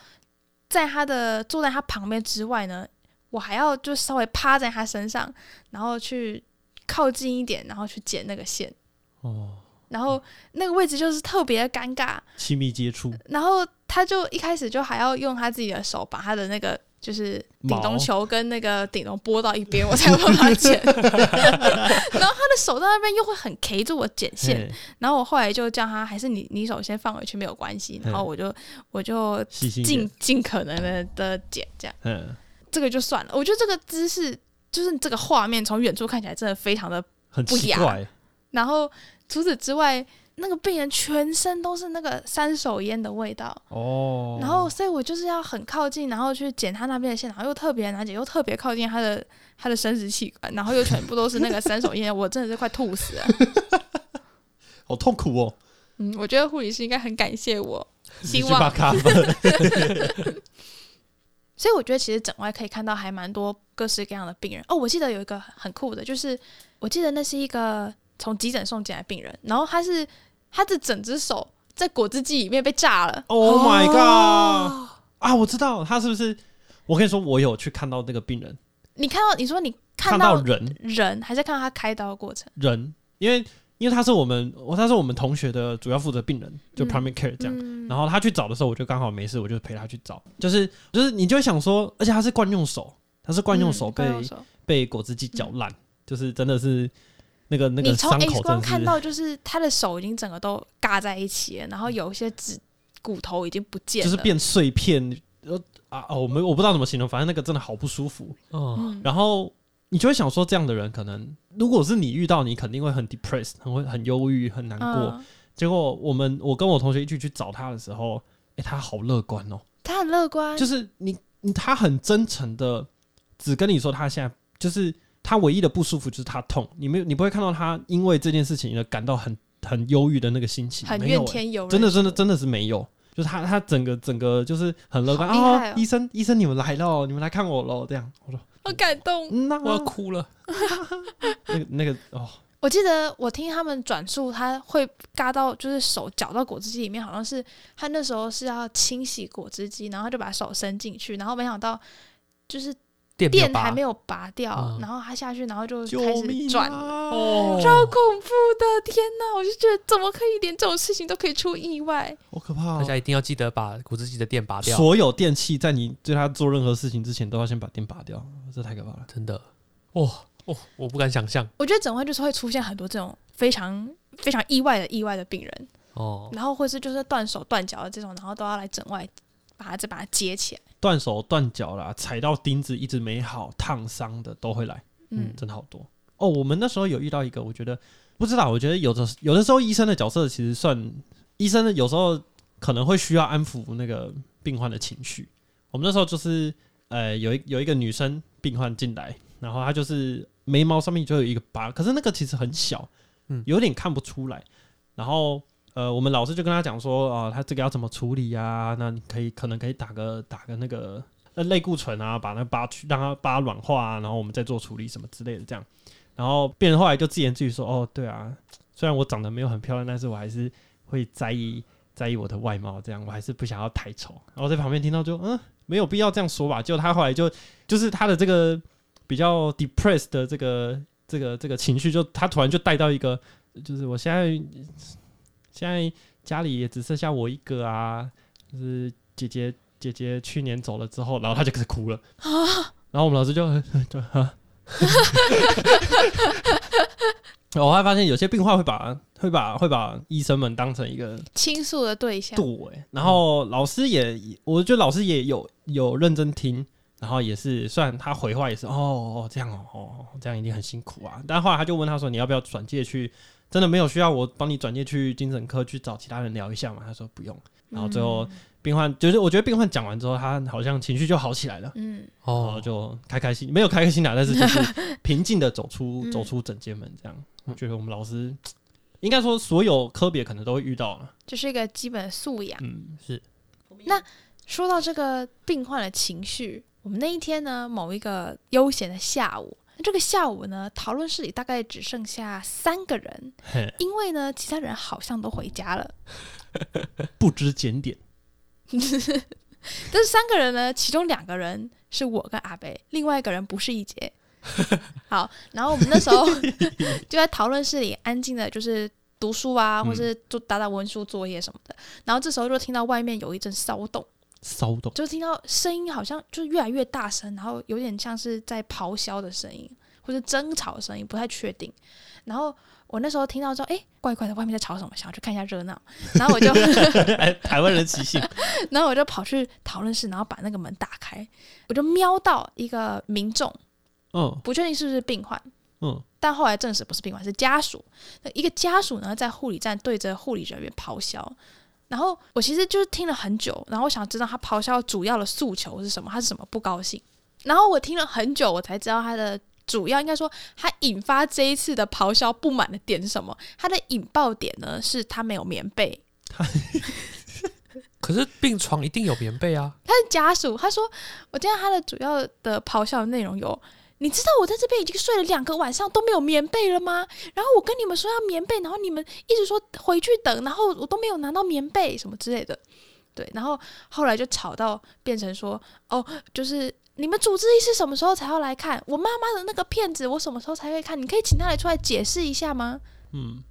Speaker 1: 在他的坐在他旁边之外呢，我还要就稍微趴在他身上，然后去靠近一点，然后去剪那个线。
Speaker 2: 哦，
Speaker 1: 然后那个位置就是特别的尴尬，
Speaker 2: 亲密接触，
Speaker 1: 然后他就一开始就还要用他自己的手把他的那个就是顶
Speaker 2: 毛
Speaker 1: 咚球跟那个顶咚拨到一边，我才有办法 剪。然后他的手在那边又会很 K 住我剪线，
Speaker 2: 嘿，
Speaker 1: 然后我后来就叫他，还是你你手先放回去没有关系，
Speaker 2: 嗯
Speaker 1: 然后我就我就
Speaker 2: 细心一
Speaker 1: 尽
Speaker 2: 点，
Speaker 1: 尽可能的的剪这样，
Speaker 2: 嗯，
Speaker 1: 这个就算了。我觉得这个姿势就是这个画面从远处看起来真的非常的，
Speaker 2: 很
Speaker 1: 不
Speaker 2: 奇
Speaker 1: 雅
Speaker 2: 怪，
Speaker 1: 然后除此之外，那个病人全身都是那个三手烟的味道。
Speaker 2: 哦，
Speaker 1: 然后，所以我就是要很靠近，然后去剪他那边的线，然后又特别难剪，又特别靠近他的他的生殖器官，然后又全部都是那个三手烟，我真的是快吐死 了。
Speaker 2: 好痛苦哦，
Speaker 1: 嗯，我觉得护理师应该很感谢我，
Speaker 2: 你
Speaker 1: 希
Speaker 2: 去把
Speaker 1: 望
Speaker 2: 咖啡，
Speaker 1: 所以我觉得其实整外可以看到还蛮多各式各样的病人。哦，我记得有一个很酷的，就是我记得那是一个从急诊送进来的病人，然后他是他的整只手在果汁机里面被炸了。
Speaker 2: Oh my god！
Speaker 3: 哦
Speaker 2: 啊，我知道他是不是？我跟你说，我有去看到那个病人，
Speaker 1: 你看到你说你
Speaker 2: 看
Speaker 1: 看到
Speaker 2: 人
Speaker 1: 人，还是看到他开刀的过程？
Speaker 2: 人，因为因为他是我们，我他是我们同学的主要负责病人，就
Speaker 1: 嗯
Speaker 2: primary care 这样。
Speaker 1: 嗯
Speaker 2: 然后他去找的时候，我就刚好没事，我就陪他去找，就是就是你就会想说，而且他是惯用手，他是惯用手
Speaker 1: 嗯
Speaker 2: 被、
Speaker 1: 惯用手嗯
Speaker 2: 被果汁机搅烂，就是真的是那个那个
Speaker 1: 你从
Speaker 2: 伤
Speaker 1: X
Speaker 2: 口
Speaker 1: 光
Speaker 2: 真
Speaker 1: 看
Speaker 2: 的是
Speaker 1: 到，就是他的手已经整个都尬在一起了，然后有一些指骨头已经不见
Speaker 2: 就
Speaker 1: 了，
Speaker 2: 是变碎片，呃啊哦，我们我不知道怎么形容，反正那个真的好不舒服。
Speaker 3: 哦，
Speaker 1: 嗯，
Speaker 2: 然后你就会想说，这样的人可能如果是你遇到，你肯定会很 depressed，很会很忧郁，很难过。
Speaker 1: 嗯
Speaker 2: 结果我们我跟我同学一起去找他的时候，诶，他好乐观哦，
Speaker 1: 他很乐观，
Speaker 2: 就是你你他很真诚的，只跟你说他现在就是他唯一的不舒服就是他痛，你没有你不会看到他因为这件事情而感到很很忧郁的那个心情，
Speaker 1: 很
Speaker 2: 没有
Speaker 1: 怨
Speaker 2: 诶
Speaker 1: 天尤人，
Speaker 2: 真的真的真的是没有，就是他他整个整个就是很乐观
Speaker 1: 好厉害哦
Speaker 2: 医生医生你们来喽，你们来看我喽，这样我说
Speaker 1: 好感动。
Speaker 2: 嗯那
Speaker 3: 我要哭了。
Speaker 2: 那个那个哦，
Speaker 1: 我记得我听他们转述，他会嘎到就是手搅到果汁机里面，好像是他那时候是要清洗果汁机，然后他就把手伸进去，然后没想到就是
Speaker 3: 电
Speaker 1: 电还没
Speaker 3: 有
Speaker 1: 有拔掉，
Speaker 3: 嗯
Speaker 1: 然后他下去，然后 就
Speaker 2: 救
Speaker 1: 开
Speaker 2: 命
Speaker 1: 始
Speaker 2: 啊
Speaker 1: 转
Speaker 3: 拔哦，
Speaker 1: 超恐怖的！天哪，我就觉得怎么可以连这种事情都可以出意外？
Speaker 2: 好可怕
Speaker 3: 大
Speaker 2: 哦、
Speaker 3: 家一定要记得把骨质级的电拔掉，
Speaker 2: 所有电器在你对它做任何事情之前，都要先把电拔掉，这太可怕了。
Speaker 3: 真的，哇哦，我不敢想象
Speaker 1: 我觉得整会就是会出现很多这种非常非常意外的意外的病人，
Speaker 3: 哦。
Speaker 1: 然后或是就是断手断脚的这种，然后都要来整外把它再把它接起来。
Speaker 2: 断手断脚啦，踩到钉子一直没好，烫伤的都会来，
Speaker 1: 嗯
Speaker 3: 嗯，
Speaker 2: 真的好多。哦，我们那时候有遇到一个，我觉得不知道，我觉得有的有的时候医生的角色其实算医生的，有时候可能会需要安抚那个病患的情绪。我们那时候就是呃，有一有一个女生病患进来，然后她就是眉毛上面就有一个疤，可是那个其实很小，
Speaker 3: 嗯
Speaker 2: 有点看不出来。然后呃，我们老师就跟她讲说，啊、她这个要怎么处理啊？那你可以可能可以打个打个那个呃类固醇啊，把那疤去让它疤软化啊，然后我们再做处理什么之类的这样。然后病人后来就自言自语说，哦，对啊，虽然我长得没有很漂亮，但是我还是会在意在意我的外貌，这样我还是不想要太丑。然后在旁边听到就嗯，没有必要这样说吧。就他后来就就是他的这个比较 depressed 的这个这个这个情绪，就他突然就带到一个，就是我现在现在家里也只剩下我一个啊，就是姐姐姐姐去年走了之后，然后他就开始哭了啊。然后我们老师就 就啊。我还发现有些病患会把会把会把医生们当成一个
Speaker 1: 倾诉的对象，
Speaker 2: 对，然后老师也，我觉得老师也有有认真听，然后也是，虽然他回话也是哦哦这样哦哦这样一定很辛苦啊，但后来他就问他说你要不要转介去，真的没有需要我帮你转介去精神科去找其他人聊一下嘛？他说不用，然后最后
Speaker 1: 嗯
Speaker 2: 病患就是我觉得病患讲完之后，他好像情绪就好起来了。
Speaker 1: 嗯，
Speaker 2: 然后
Speaker 3: 哦，
Speaker 2: 就开开心，没有开开心啊 啦，但是就是平静的走出、
Speaker 1: 嗯
Speaker 2: 走出整间门，这样。我觉得我们老师应该说所有科别可能都会遇到了，
Speaker 1: 就是一个基本的素养。
Speaker 2: 嗯，
Speaker 1: 说到这个病患的情绪，我们那一天呢，某一个悠闲的下午，那这个下午呢，讨论室里大概只剩下三个人，
Speaker 2: 嘿，
Speaker 1: 因为呢，其他人好像都回家了。
Speaker 2: 不知检点。
Speaker 1: 但是三个人呢，其中两个人是我跟阿北，另外一个人不是一杰。好，然后我们那时候就在讨论室里安静的，就是读书啊，
Speaker 2: 嗯
Speaker 1: 或是就打打文书作业什么的。然后这时候就听到外面有一阵骚动，
Speaker 2: 骚动，
Speaker 1: 就听到声音好像就是越来越大声，然后有点像是在咆哮的声音，或是争吵的声音，不太确定。然后我那时候听到说，哎，怪怪的，外面在吵什么？想要去看一下热闹。然后我就
Speaker 2: 哎，台湾人习 性，
Speaker 1: 然后我就跑去讨论室，然后把那个门打开，我就瞄到一个民众，
Speaker 2: 嗯
Speaker 1: 不确定是不是病患，
Speaker 2: 嗯，
Speaker 1: 但后来证实不是病患，是家属。那一个家属呢，在护理站对着护理人员咆哮。然后我其实就是听了很久，然后我想知道他咆哮主要的诉求是什么，他是什么不高兴。然后我听了很久，我才知道他的主要应该说他引发这一次的咆哮不满的点是什么。他的引爆点呢是他没有棉被，
Speaker 3: 可是病床一定有棉被啊，
Speaker 1: 他的家属他说，我见到他的主要的咆哮内容有。你知道我在这边已经睡了两个晚上都没有棉被了吗？然后我跟你们说要棉被，然后你们一直说回去等，然后我都没有拿到棉被什么之类的。对，然后后来就吵到变成说，哦，就是你们主治医师什么时候才要来看我妈妈的那个片子？我什么时候才会看？你可以请他来出来解释一下吗？
Speaker 2: 嗯，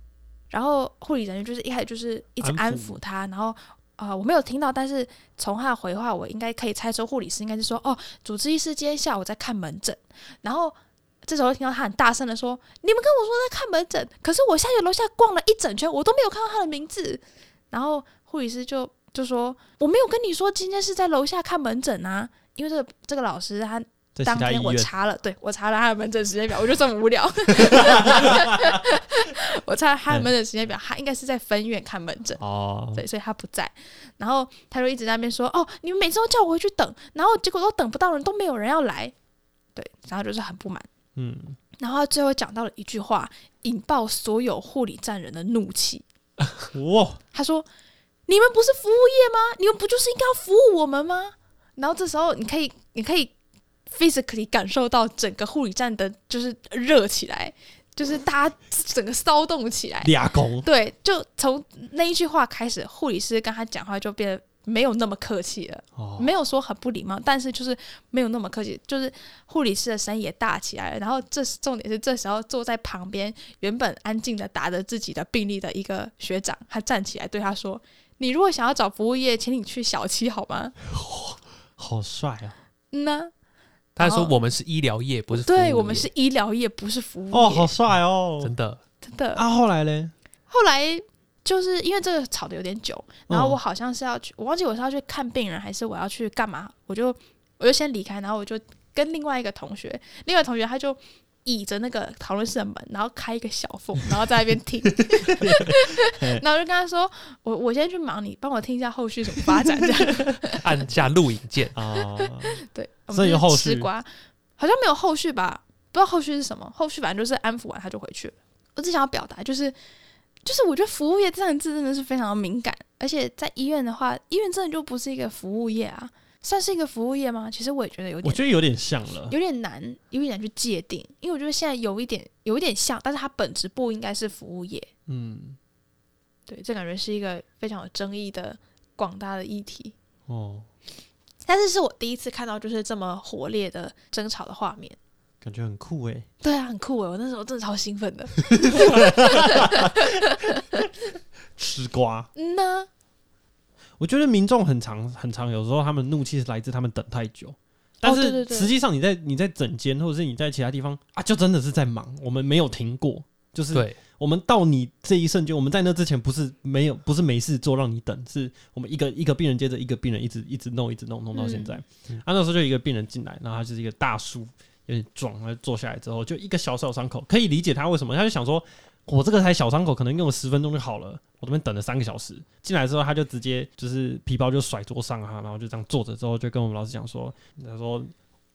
Speaker 1: 然后护理人员就是一开始就是一直安
Speaker 2: 安
Speaker 1: 抚
Speaker 2: 抚
Speaker 1: 他，然后啊、呃我没有听到，但是从他的回话，我应该可以猜出护理师应该是说哦，主治医师今天下午在看门诊，然后。这时候听到他很大声的说：“你们跟我说在看门诊，可是我下去楼下逛了一整圈，我都没有看到他的名字。”然后护理师就就说：“我没有跟你说今天是在楼下看门诊啊，因为这个这个老师他
Speaker 2: 在
Speaker 1: 当
Speaker 2: 其他医
Speaker 1: 天我
Speaker 2: 院，
Speaker 1: 查了，对我查了他的门诊时间表，我就这么 无聊。我查了他
Speaker 2: 嗯
Speaker 1: 的门诊时间表，他应该是在分院看门诊，
Speaker 2: 哦，
Speaker 1: 对，所以他不在。然后他就一直在那边说：“哦，你们每次都叫我回去等，然后结果都等不到人，都没有人要来。”对，然后就是很不满。
Speaker 2: 嗯，
Speaker 1: 然后他最后讲到了一句话，引爆所有护理站人的怒气。
Speaker 2: 哇，
Speaker 1: 他说：“你们不是服务业吗？你们不就是应该要服务我们吗？”然后这时候你可以，你可以 physically 感受到整个护理站的就是热起来，就是大家整个骚动起来。
Speaker 2: 俩公，
Speaker 1: 对，就从那一句话开始，护理师跟他讲话就变得没有那么客气了，
Speaker 2: 哦，
Speaker 1: 没有说很不礼貌，但是就是没有那么客气，就是护理师的声音也大起来了。然后这是重点是，这时候坐在旁边原本安静的打着自己的病历的一个学长，他站起来对他说：“你如果想要找服务业，请你去小七好吗
Speaker 2: 好帅啊！？”
Speaker 1: 嗯呐，
Speaker 3: 他还说
Speaker 1: 哦
Speaker 3: 我们是医疗业，不是服务
Speaker 1: 对
Speaker 3: 业
Speaker 1: 我们是医疗业，不是服务业，
Speaker 2: 哦，好帅哦！
Speaker 3: 真的
Speaker 1: 哎真的。
Speaker 2: 啊，后 来嘞，
Speaker 1: 后来就是因为这个吵得有点久，然后
Speaker 2: 嗯
Speaker 1: 我好像是要去，我忘记我是要去看病人还是我要去干嘛，我就我就先离开，然后我就跟另外一个同学，另外一个同学他就倚着那个讨论室的门，然后开一个小缝，然后在那边听，然后我就跟他说，我我先去忙，你帮我听一下后续怎么发展，这样
Speaker 3: 按下录影 键，
Speaker 2: 啊，
Speaker 1: 对，我
Speaker 2: 所
Speaker 1: 们
Speaker 2: 以
Speaker 1: 就
Speaker 2: 有后
Speaker 1: 吃
Speaker 2: 续
Speaker 1: 瓜，好像没有后续吧，不知道后续是什么，后续反正就是安抚完他就回去了。我只想要表达就是，就是我觉得服务业这两个字真的是非常敏感，而且在医院的话，医院真的就不是一个服务业啊，算是一个服务业吗？其实我也觉得有
Speaker 2: 我
Speaker 1: 点
Speaker 2: 觉得有点像了，
Speaker 1: 有点难，有点难去界定，因为我觉得现在有一点有一点像，但是它本质不应该是服务业。
Speaker 2: 嗯，
Speaker 1: 对，这感觉是一个非常有争议的广大的议题。
Speaker 2: 哦，
Speaker 1: 但是是我第一次看到就是这么火烈的争吵的画面。
Speaker 2: 感觉很酷欸诶。
Speaker 1: 对啊，很酷诶！我那时候真的超兴奋的。
Speaker 2: 吃瓜，
Speaker 1: 嗯呐、
Speaker 2: 我觉得民众很常很常，有时候他们怒气是来自他们等太久。但
Speaker 1: 对哦对
Speaker 2: 是
Speaker 1: 对
Speaker 2: 实际上，你在你在整间，或者是你在其他地方啊，就真的是在忙，我们没有停过，就是
Speaker 3: 对，
Speaker 2: 我们到你这一瞬间，我们在那之前不是没有，不是没事做让你等，是我们一个一个病人接着一个病人一直一直弄，一直弄，弄到现在。
Speaker 3: 嗯
Speaker 2: 啊，那时候就有一个病人进来，然后他就是一个大叔，有点壮，他就坐下来之后就一个小小伤口，可以理解他为什么，他就想说，我这个才小伤口，可能用了十分钟就好了，我这边等了三个小时。进来之后，他就直接就是皮包就甩桌上啊，然后就这样坐着之后，就跟我们老师讲说，他说。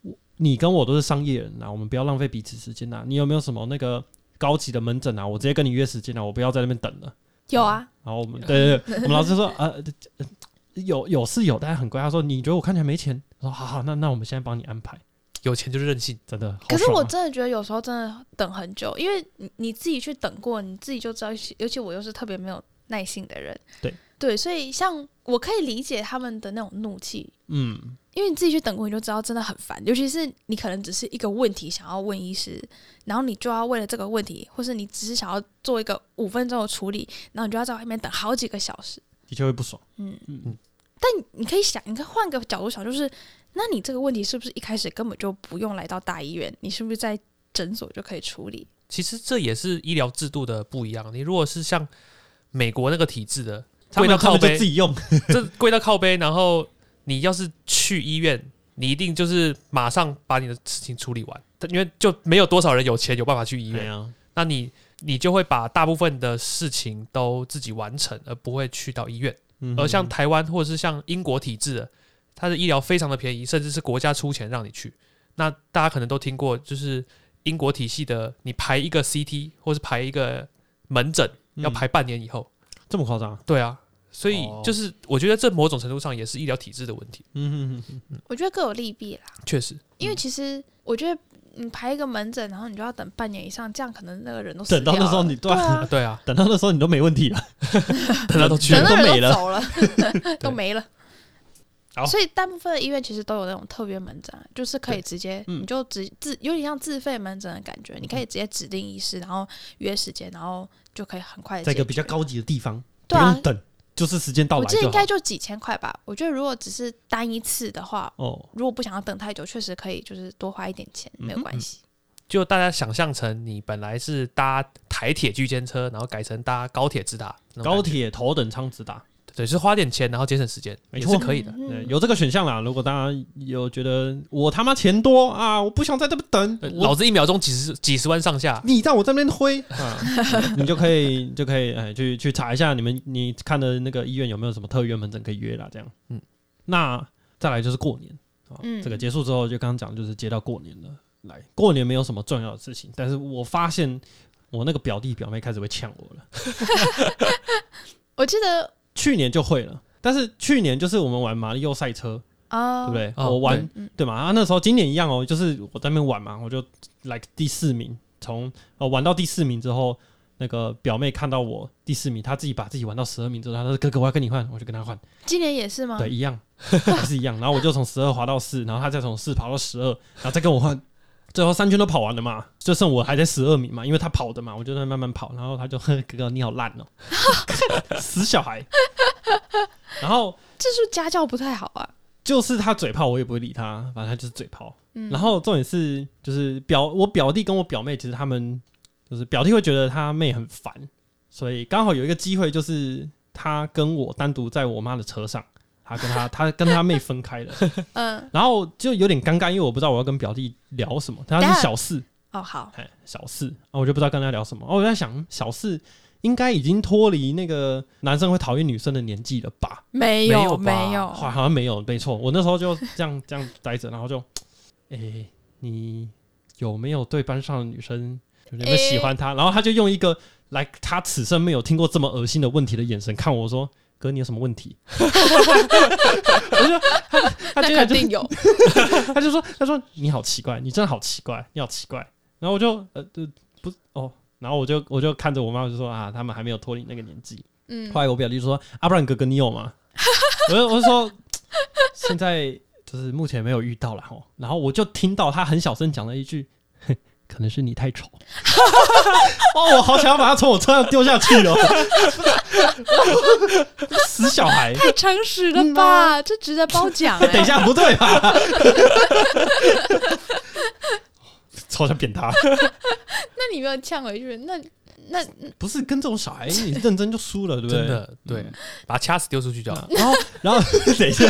Speaker 2: 我你跟我都是商业人呐、我们不要浪费彼此时间呐、你有没有什么那个高级的门诊啊，我直接跟你约时间了，我不要在那边等了。
Speaker 1: 有啊，
Speaker 2: 然后我们对对 对，我们老师说呃 呃有有是有，但是很贵。他说你觉得我看起来没钱？我说好好，那那我们现在帮你安排，
Speaker 3: 有钱就是任性，
Speaker 2: 真的。好
Speaker 1: 可是
Speaker 2: 爽啊
Speaker 1: 我真的觉得有时候真的等很久，因为你你自己去等过，你自己就知道，尤其尤其我又是特别没有耐性的人，
Speaker 2: 对
Speaker 1: 对，所以像我可以理解他们的那种怒气，
Speaker 2: 嗯
Speaker 1: 因为你自己去等过，你就知道真的很烦。尤其是你可能只是一个问题想要问医师，然后你就要为了这个问题，或是你只是想要做一个五分钟的处理，然后你就要在外面等好几个小时。
Speaker 2: 的确会不爽。
Speaker 1: 嗯
Speaker 2: 嗯，
Speaker 1: 但你可以想，你可以换个角度想，就是那你这个问题是不是一开始根本就不用来到大医院，你是不是在诊所就可以处理？
Speaker 3: 其实这也是医疗制度的不一样。你如果是像美国那个体制的， 贵到
Speaker 2: 他
Speaker 3: 靠
Speaker 2: 们就
Speaker 3: 背
Speaker 2: 自，己 用，
Speaker 3: 这贵到靠背，然后你要是去医院，你一定就是马上把你的事情处理完，因为就没有多少人有钱有办法去医
Speaker 2: 对
Speaker 3: 院，
Speaker 2: 啊，
Speaker 3: 那你你就会把大部分的事情都自己完成，而不会去到医院。
Speaker 2: 嗯
Speaker 3: 而呃像台湾或者是像英国体制的，它的医疗非常的便宜，甚至是国家出钱让你去。那大家可能都听过，就是英国体系的，你排一个 CT 或是排一个门诊，要
Speaker 2: 嗯
Speaker 3: 排半年以后。
Speaker 2: 这么夸张啊，
Speaker 3: 对啊，所以
Speaker 2: 哦
Speaker 3: 就是我觉得这某种程度上也是医疗体制的问题，
Speaker 2: 嗯哼哼哼，
Speaker 1: 我觉得各有利弊啦。
Speaker 3: 确实。
Speaker 1: 因为其实我觉得你排一个门诊，然后你就要等半年以上，这样可能那个人都死
Speaker 2: 等到那
Speaker 1: 掉
Speaker 2: 时候
Speaker 1: 了
Speaker 2: 你
Speaker 1: 对啊
Speaker 3: 啊，，对啊，
Speaker 2: 等到那时候你都没问题了，
Speaker 3: 等到都 去
Speaker 2: 全
Speaker 1: 等那
Speaker 2: 了都没
Speaker 1: 人
Speaker 2: 了
Speaker 1: 都走了， 都没了
Speaker 2: 好。
Speaker 1: 所以大部分的医院其实都有那种特约门诊，啊就是可以直接，
Speaker 2: 嗯
Speaker 1: 你就直自有点像自费门诊的感觉，你可以直接指定医师，然后约时间，然后就可以很快的。
Speaker 2: 在一个比较，高级的地方，不
Speaker 1: 对啊
Speaker 2: 用，等，就是时间到
Speaker 1: 我
Speaker 2: 来
Speaker 1: 记得
Speaker 2: 就
Speaker 1: 应
Speaker 2: 好
Speaker 1: 该。就几千块吧。我觉得如果只是单一次的话，
Speaker 2: 哦，
Speaker 1: 如果不想要等太久，确实可以就是多花一点钱，
Speaker 2: 嗯
Speaker 1: 没有关系。
Speaker 3: 就大家想象成你本来是搭台铁区间车，然后改成搭高铁直达，那种
Speaker 2: 高
Speaker 3: 感觉
Speaker 2: 铁头等舱直达，
Speaker 3: 对，是花点钱，然后节省时间，
Speaker 2: 没
Speaker 3: 也
Speaker 2: 错
Speaker 3: 是可以的。
Speaker 1: 嗯
Speaker 2: 对，有这个选项啦。如果大家有觉得我他妈钱多啊，我不想在这边等，
Speaker 3: 对
Speaker 2: 我
Speaker 3: 老子一秒钟几十几十万上下，
Speaker 2: 你在我这边 推啊， 你就可以就可以哎去去查一下你们你看的那个医院有没有什么特约门诊可以约啦，这样。嗯
Speaker 3: 嗯，
Speaker 2: 那再来就是过年啊，
Speaker 1: 嗯
Speaker 2: 这个结束之后就刚刚讲就是接到过年了，来过年没有什么重要的事情，但是我发现我那个表弟表妹开始会呛我了，
Speaker 1: 我记得
Speaker 2: 去年就会了，但是去年就是我们玩马里奥赛车，
Speaker 1: 啊，
Speaker 2: 对不对？
Speaker 3: 哦
Speaker 2: 我玩
Speaker 3: 对
Speaker 1: 嗯
Speaker 2: 对嘛，啊那时候今年一样哦，就是我在那边玩嘛，我就 like 第四名，从呃玩到第四名之后，那个表妹看到我第四名，她自己把自己玩到十二名之后，她说哥哥我要跟你换，我就跟她换，
Speaker 1: 今年也
Speaker 3: 嗯
Speaker 1: 是吗？
Speaker 2: 对，一样还是一样，然后我就从十二滑到四，然后她再从四跑到十二，然后再跟我换。最后三圈都跑完了嘛，就剩我还在十二名嘛，因为她跑的嘛，我就在慢慢跑，然后她就呵哥哥你好烂哦、 死小孩。然后
Speaker 1: 这是不是家教不太好啊。
Speaker 2: 就是她嘴炮，我也不会理她，反正她就是嘴炮。
Speaker 1: 嗯，
Speaker 2: 然后重点是，就是表我表弟跟我表妹，其实他们就是表弟会觉得他妹很烦，所以刚好有一个机会，就是他跟我单独在我妈的车上，他跟 他他跟他妹分开了，
Speaker 1: 嗯，
Speaker 2: 然后就有点尴尬，因为我不知道我要跟表弟聊什么，他
Speaker 1: 等一
Speaker 2: 是
Speaker 1: 下
Speaker 2: 小四，
Speaker 1: 哦好，
Speaker 2: 哎，小四，啊我就不知道跟他聊什么，哦，我在想小四应该已经脱离那个男生会讨厌女生的年纪了吧？
Speaker 1: 没
Speaker 3: 没
Speaker 1: 有
Speaker 3: 有吧
Speaker 1: 没有，
Speaker 2: 好好像没有，没错，我那时候就这样 这样待着，然后就，诶，你有没有对班上的女生有没有喜欢她？然后他就用一个来他此生没有听过这么恶心的问题的眼神看我说：“哥，你有什么问题？” 我就他他
Speaker 1: 那
Speaker 2: 居
Speaker 1: 肯
Speaker 2: 然就
Speaker 1: 定 有。
Speaker 2: 他就说：“他说你好奇怪，你真的好奇怪，你好奇怪。”然后我就呃呃不哦，然后我就我就看着我妈我就说啊，他们还没有脱离那个年纪。
Speaker 1: 嗯，
Speaker 2: 后来我表弟就说：“啊，不然哥哥你有吗？” 我就我就说：“现在就是目前没有遇到了吼。”然后我就听到他很小声讲了一句：“哼可能是你太丑。” 哦，我好想要把他从我车上丢下去哦！ 死小孩！
Speaker 1: 太诚实了吧，这值得 褒奖
Speaker 2: 等一
Speaker 1: 哎。
Speaker 2: 下，不嗯啊对啊吧？ 超想扁他！
Speaker 1: 那你没有呛回去，那 那
Speaker 2: 不是跟这种小孩，你认真就输了，对不对？嗯
Speaker 3: 真的对，把它掐死丢出去就好。
Speaker 2: 然后，然后 等一下，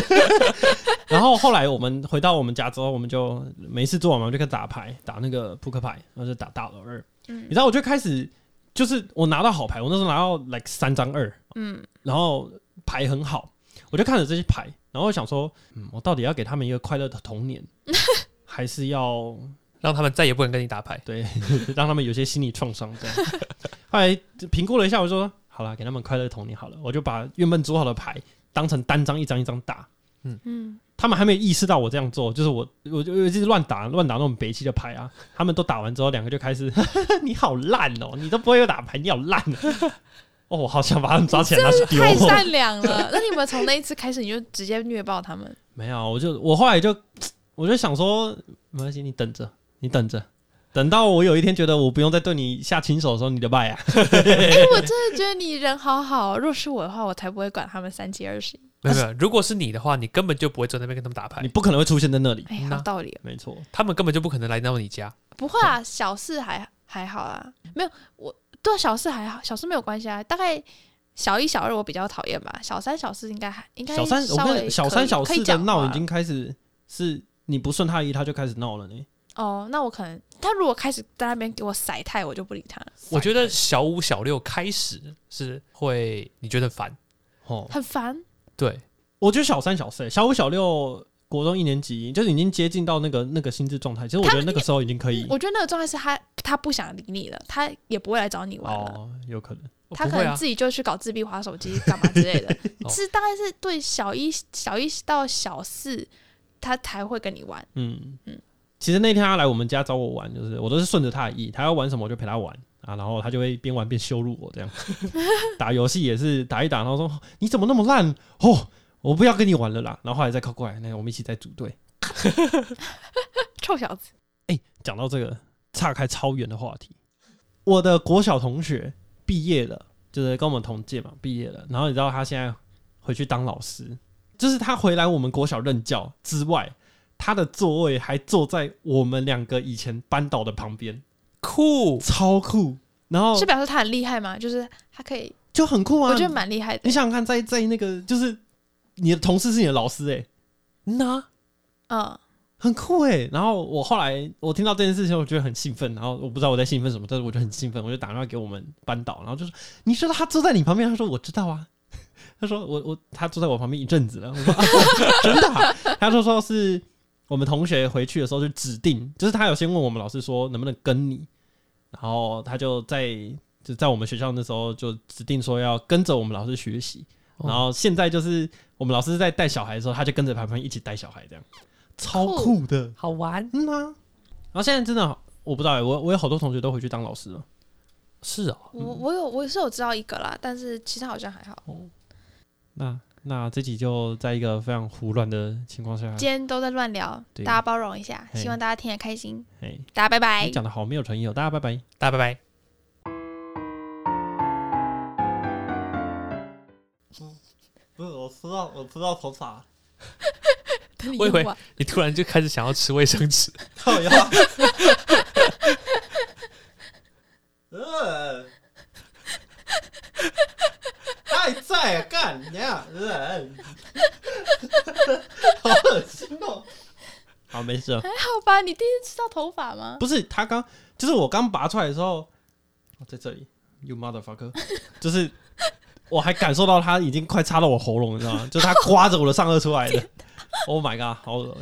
Speaker 2: 然后后来我们回到我们家之后，我们就没事做嘛，我们就开始打牌，打那个扑克牌，然后就打大老二。
Speaker 1: 嗯
Speaker 2: 你知道，我就开始就是我拿到好牌，我那时候拿到 like 三张二，
Speaker 1: 嗯
Speaker 2: 然后牌很好，我就看着这些牌，然后我想说，嗯，我到底要给他们一个快乐的童 年，还是要
Speaker 3: 让他们再也不能跟你打牌。
Speaker 2: 对 让他们有些心理创伤这样？ 后来评估了一下，我就说好了，给他们快乐的童年好了，我就把原本组好的牌当成单张一张一张打。
Speaker 1: 嗯，
Speaker 2: 他们还没有意识到我这样做，就是我，我就我就是乱打乱打那种北气的牌啊。他们都打完之后，两个就开始， 你好烂哦，你都不会打牌，你好烂哦。 哦，我好想把他们抓起来拿去丢。哦
Speaker 1: 太善良了。那你们从那一次开始，你就直接虐爆 他们，
Speaker 2: 没有，啊我就我后来就我就想说，没关系，你等着，你等着，等到我有一天觉得我不用再对你下轻手的时候，你的败啊。
Speaker 1: 哎我真的觉得你人好好。哦若是我的话，我才不会管他们三七二十一。
Speaker 3: 没有没有，如果是你的话，你根本就不会坐在那边跟他们打牌
Speaker 2: 啊你，不可能会出现在那里。
Speaker 1: 哎，
Speaker 3: 嗯
Speaker 1: 好
Speaker 3: 呐
Speaker 1: 道理哦。
Speaker 2: 没错，
Speaker 3: 他们根本就不可能来到你家。
Speaker 1: 不会啊，小事还还好啊，没有我对啊小事还好，小事没有关系啊。大概小一、小二我比较讨厌吧，小三、小四应该还应该
Speaker 2: 小三，我
Speaker 1: 稍
Speaker 2: 跟你
Speaker 1: 微可
Speaker 2: 讲
Speaker 1: 以
Speaker 2: 小三小
Speaker 1: 可以
Speaker 2: 四的
Speaker 1: 讲话
Speaker 2: 闹已
Speaker 1: 了
Speaker 2: 经开始，是你不顺他意，他就开始闹了呢。
Speaker 1: 哦，那我可能他如果开始在那边给我晒太，我就不理他了，
Speaker 3: 我觉得小五、小六开始是会你觉得烦，
Speaker 2: 哦，
Speaker 1: 很烦。
Speaker 3: 对，
Speaker 2: 我觉得小三、小四、欸小五、小六、国中一年级，就是已经接近到那个那个心智状态。其实我觉得那个时
Speaker 1: 嗯
Speaker 2: 候已经可以嗯
Speaker 1: 我觉得那个状态是他他不想理你了，他也不会来找你玩了。
Speaker 2: 哦，有可能。
Speaker 1: 他可
Speaker 3: 不会
Speaker 1: 能
Speaker 3: 啊。
Speaker 1: 自己就去搞自闭、划手机、干嘛之类 的
Speaker 3: 哦
Speaker 1: 是大概是对小一、小一到小四，他才会跟你玩。
Speaker 2: 嗯
Speaker 1: 嗯
Speaker 2: 其实那天他来我们家找我玩，就是我都是顺着他的意，他要玩什么我就陪他玩啊，然后他就会边玩边羞辱我这 样。打游戏也是打一打，然后说哦你怎么那么烂哦，我不要跟你玩了啦。然后后来再靠过来，那我们一起再组队。
Speaker 1: 臭小子，
Speaker 2: 讲到这个，岔开超远的话题，我的国小同学毕业了，就是跟我们同届嘛，毕业了。然后你知道他现在回去当老师，就是他回来我们国小任教之外，他的座位还坐在我们两个以前班导的旁边，
Speaker 3: 酷，
Speaker 2: 超酷。然后
Speaker 1: 是表示他很厉害吗？就是他可以，
Speaker 2: 就很酷啊，
Speaker 1: 我觉得蛮厉害
Speaker 2: 你
Speaker 1: 的。
Speaker 2: 想想看，在在那个就是你的同事是你的老师哎、
Speaker 3: 嗯呐，
Speaker 1: 嗯，
Speaker 2: 很酷哎、然后我后来我听到这件事情，我觉得很兴奋。然后我不知道我在兴奋什么，但是我就很兴奋，我就打电话给我们班导，然后就说：“你知道他坐在你旁边？”他说：“我知道啊。” 他说：“我我他坐在我旁边一阵子了。” 我说：“啊、真的啊、他就说是我们同学回去的时候就指定，就是他有先问我们老师说能不能跟你，然后他就在就在我们学校那时候就指定说要跟着我们老师学习。
Speaker 3: 哦
Speaker 2: 然后现在就是我们老师在带小孩的时候，他就跟着旁边一起带小孩，这样超
Speaker 1: 酷
Speaker 2: 酷的。
Speaker 3: 好玩
Speaker 2: 嗯啊，然后现在真的好我不知道欸，我我有好多同学都回去当老师哦了。
Speaker 3: 是哦，
Speaker 1: 我我有我是有知道一个啦，但是其他好像还好。
Speaker 2: 那那这集就在一个非常胡乱的情况下，
Speaker 1: 今天都在乱聊，
Speaker 2: 对
Speaker 1: 大家包容一下，
Speaker 2: 嘿
Speaker 1: 希望大家听得开心。
Speaker 2: 哎，
Speaker 1: 大家拜拜
Speaker 2: 你。讲的好没有诚意哦，大家拜拜。
Speaker 3: 大家拜拜。
Speaker 2: 不是，我吃到我吃到头发，
Speaker 1: 等你
Speaker 3: 我以为
Speaker 1: 用完
Speaker 3: 你突然就开始想要吃卫生 纸，
Speaker 2: 靠呀！呃，还在干呀？呃， 好恶心哦！好，没事了。哦
Speaker 1: 好吧，你第一次吃到头发吗？
Speaker 2: 不是他刚，就是我刚拔出来的时候，哦在这里，you motherfucker，就是 我还感受到他已经快插到我喉咙，你知道吗？就是他刮着我的上颚出来的。Oh my god，好恶，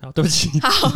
Speaker 2: 好，对不起。
Speaker 1: 好。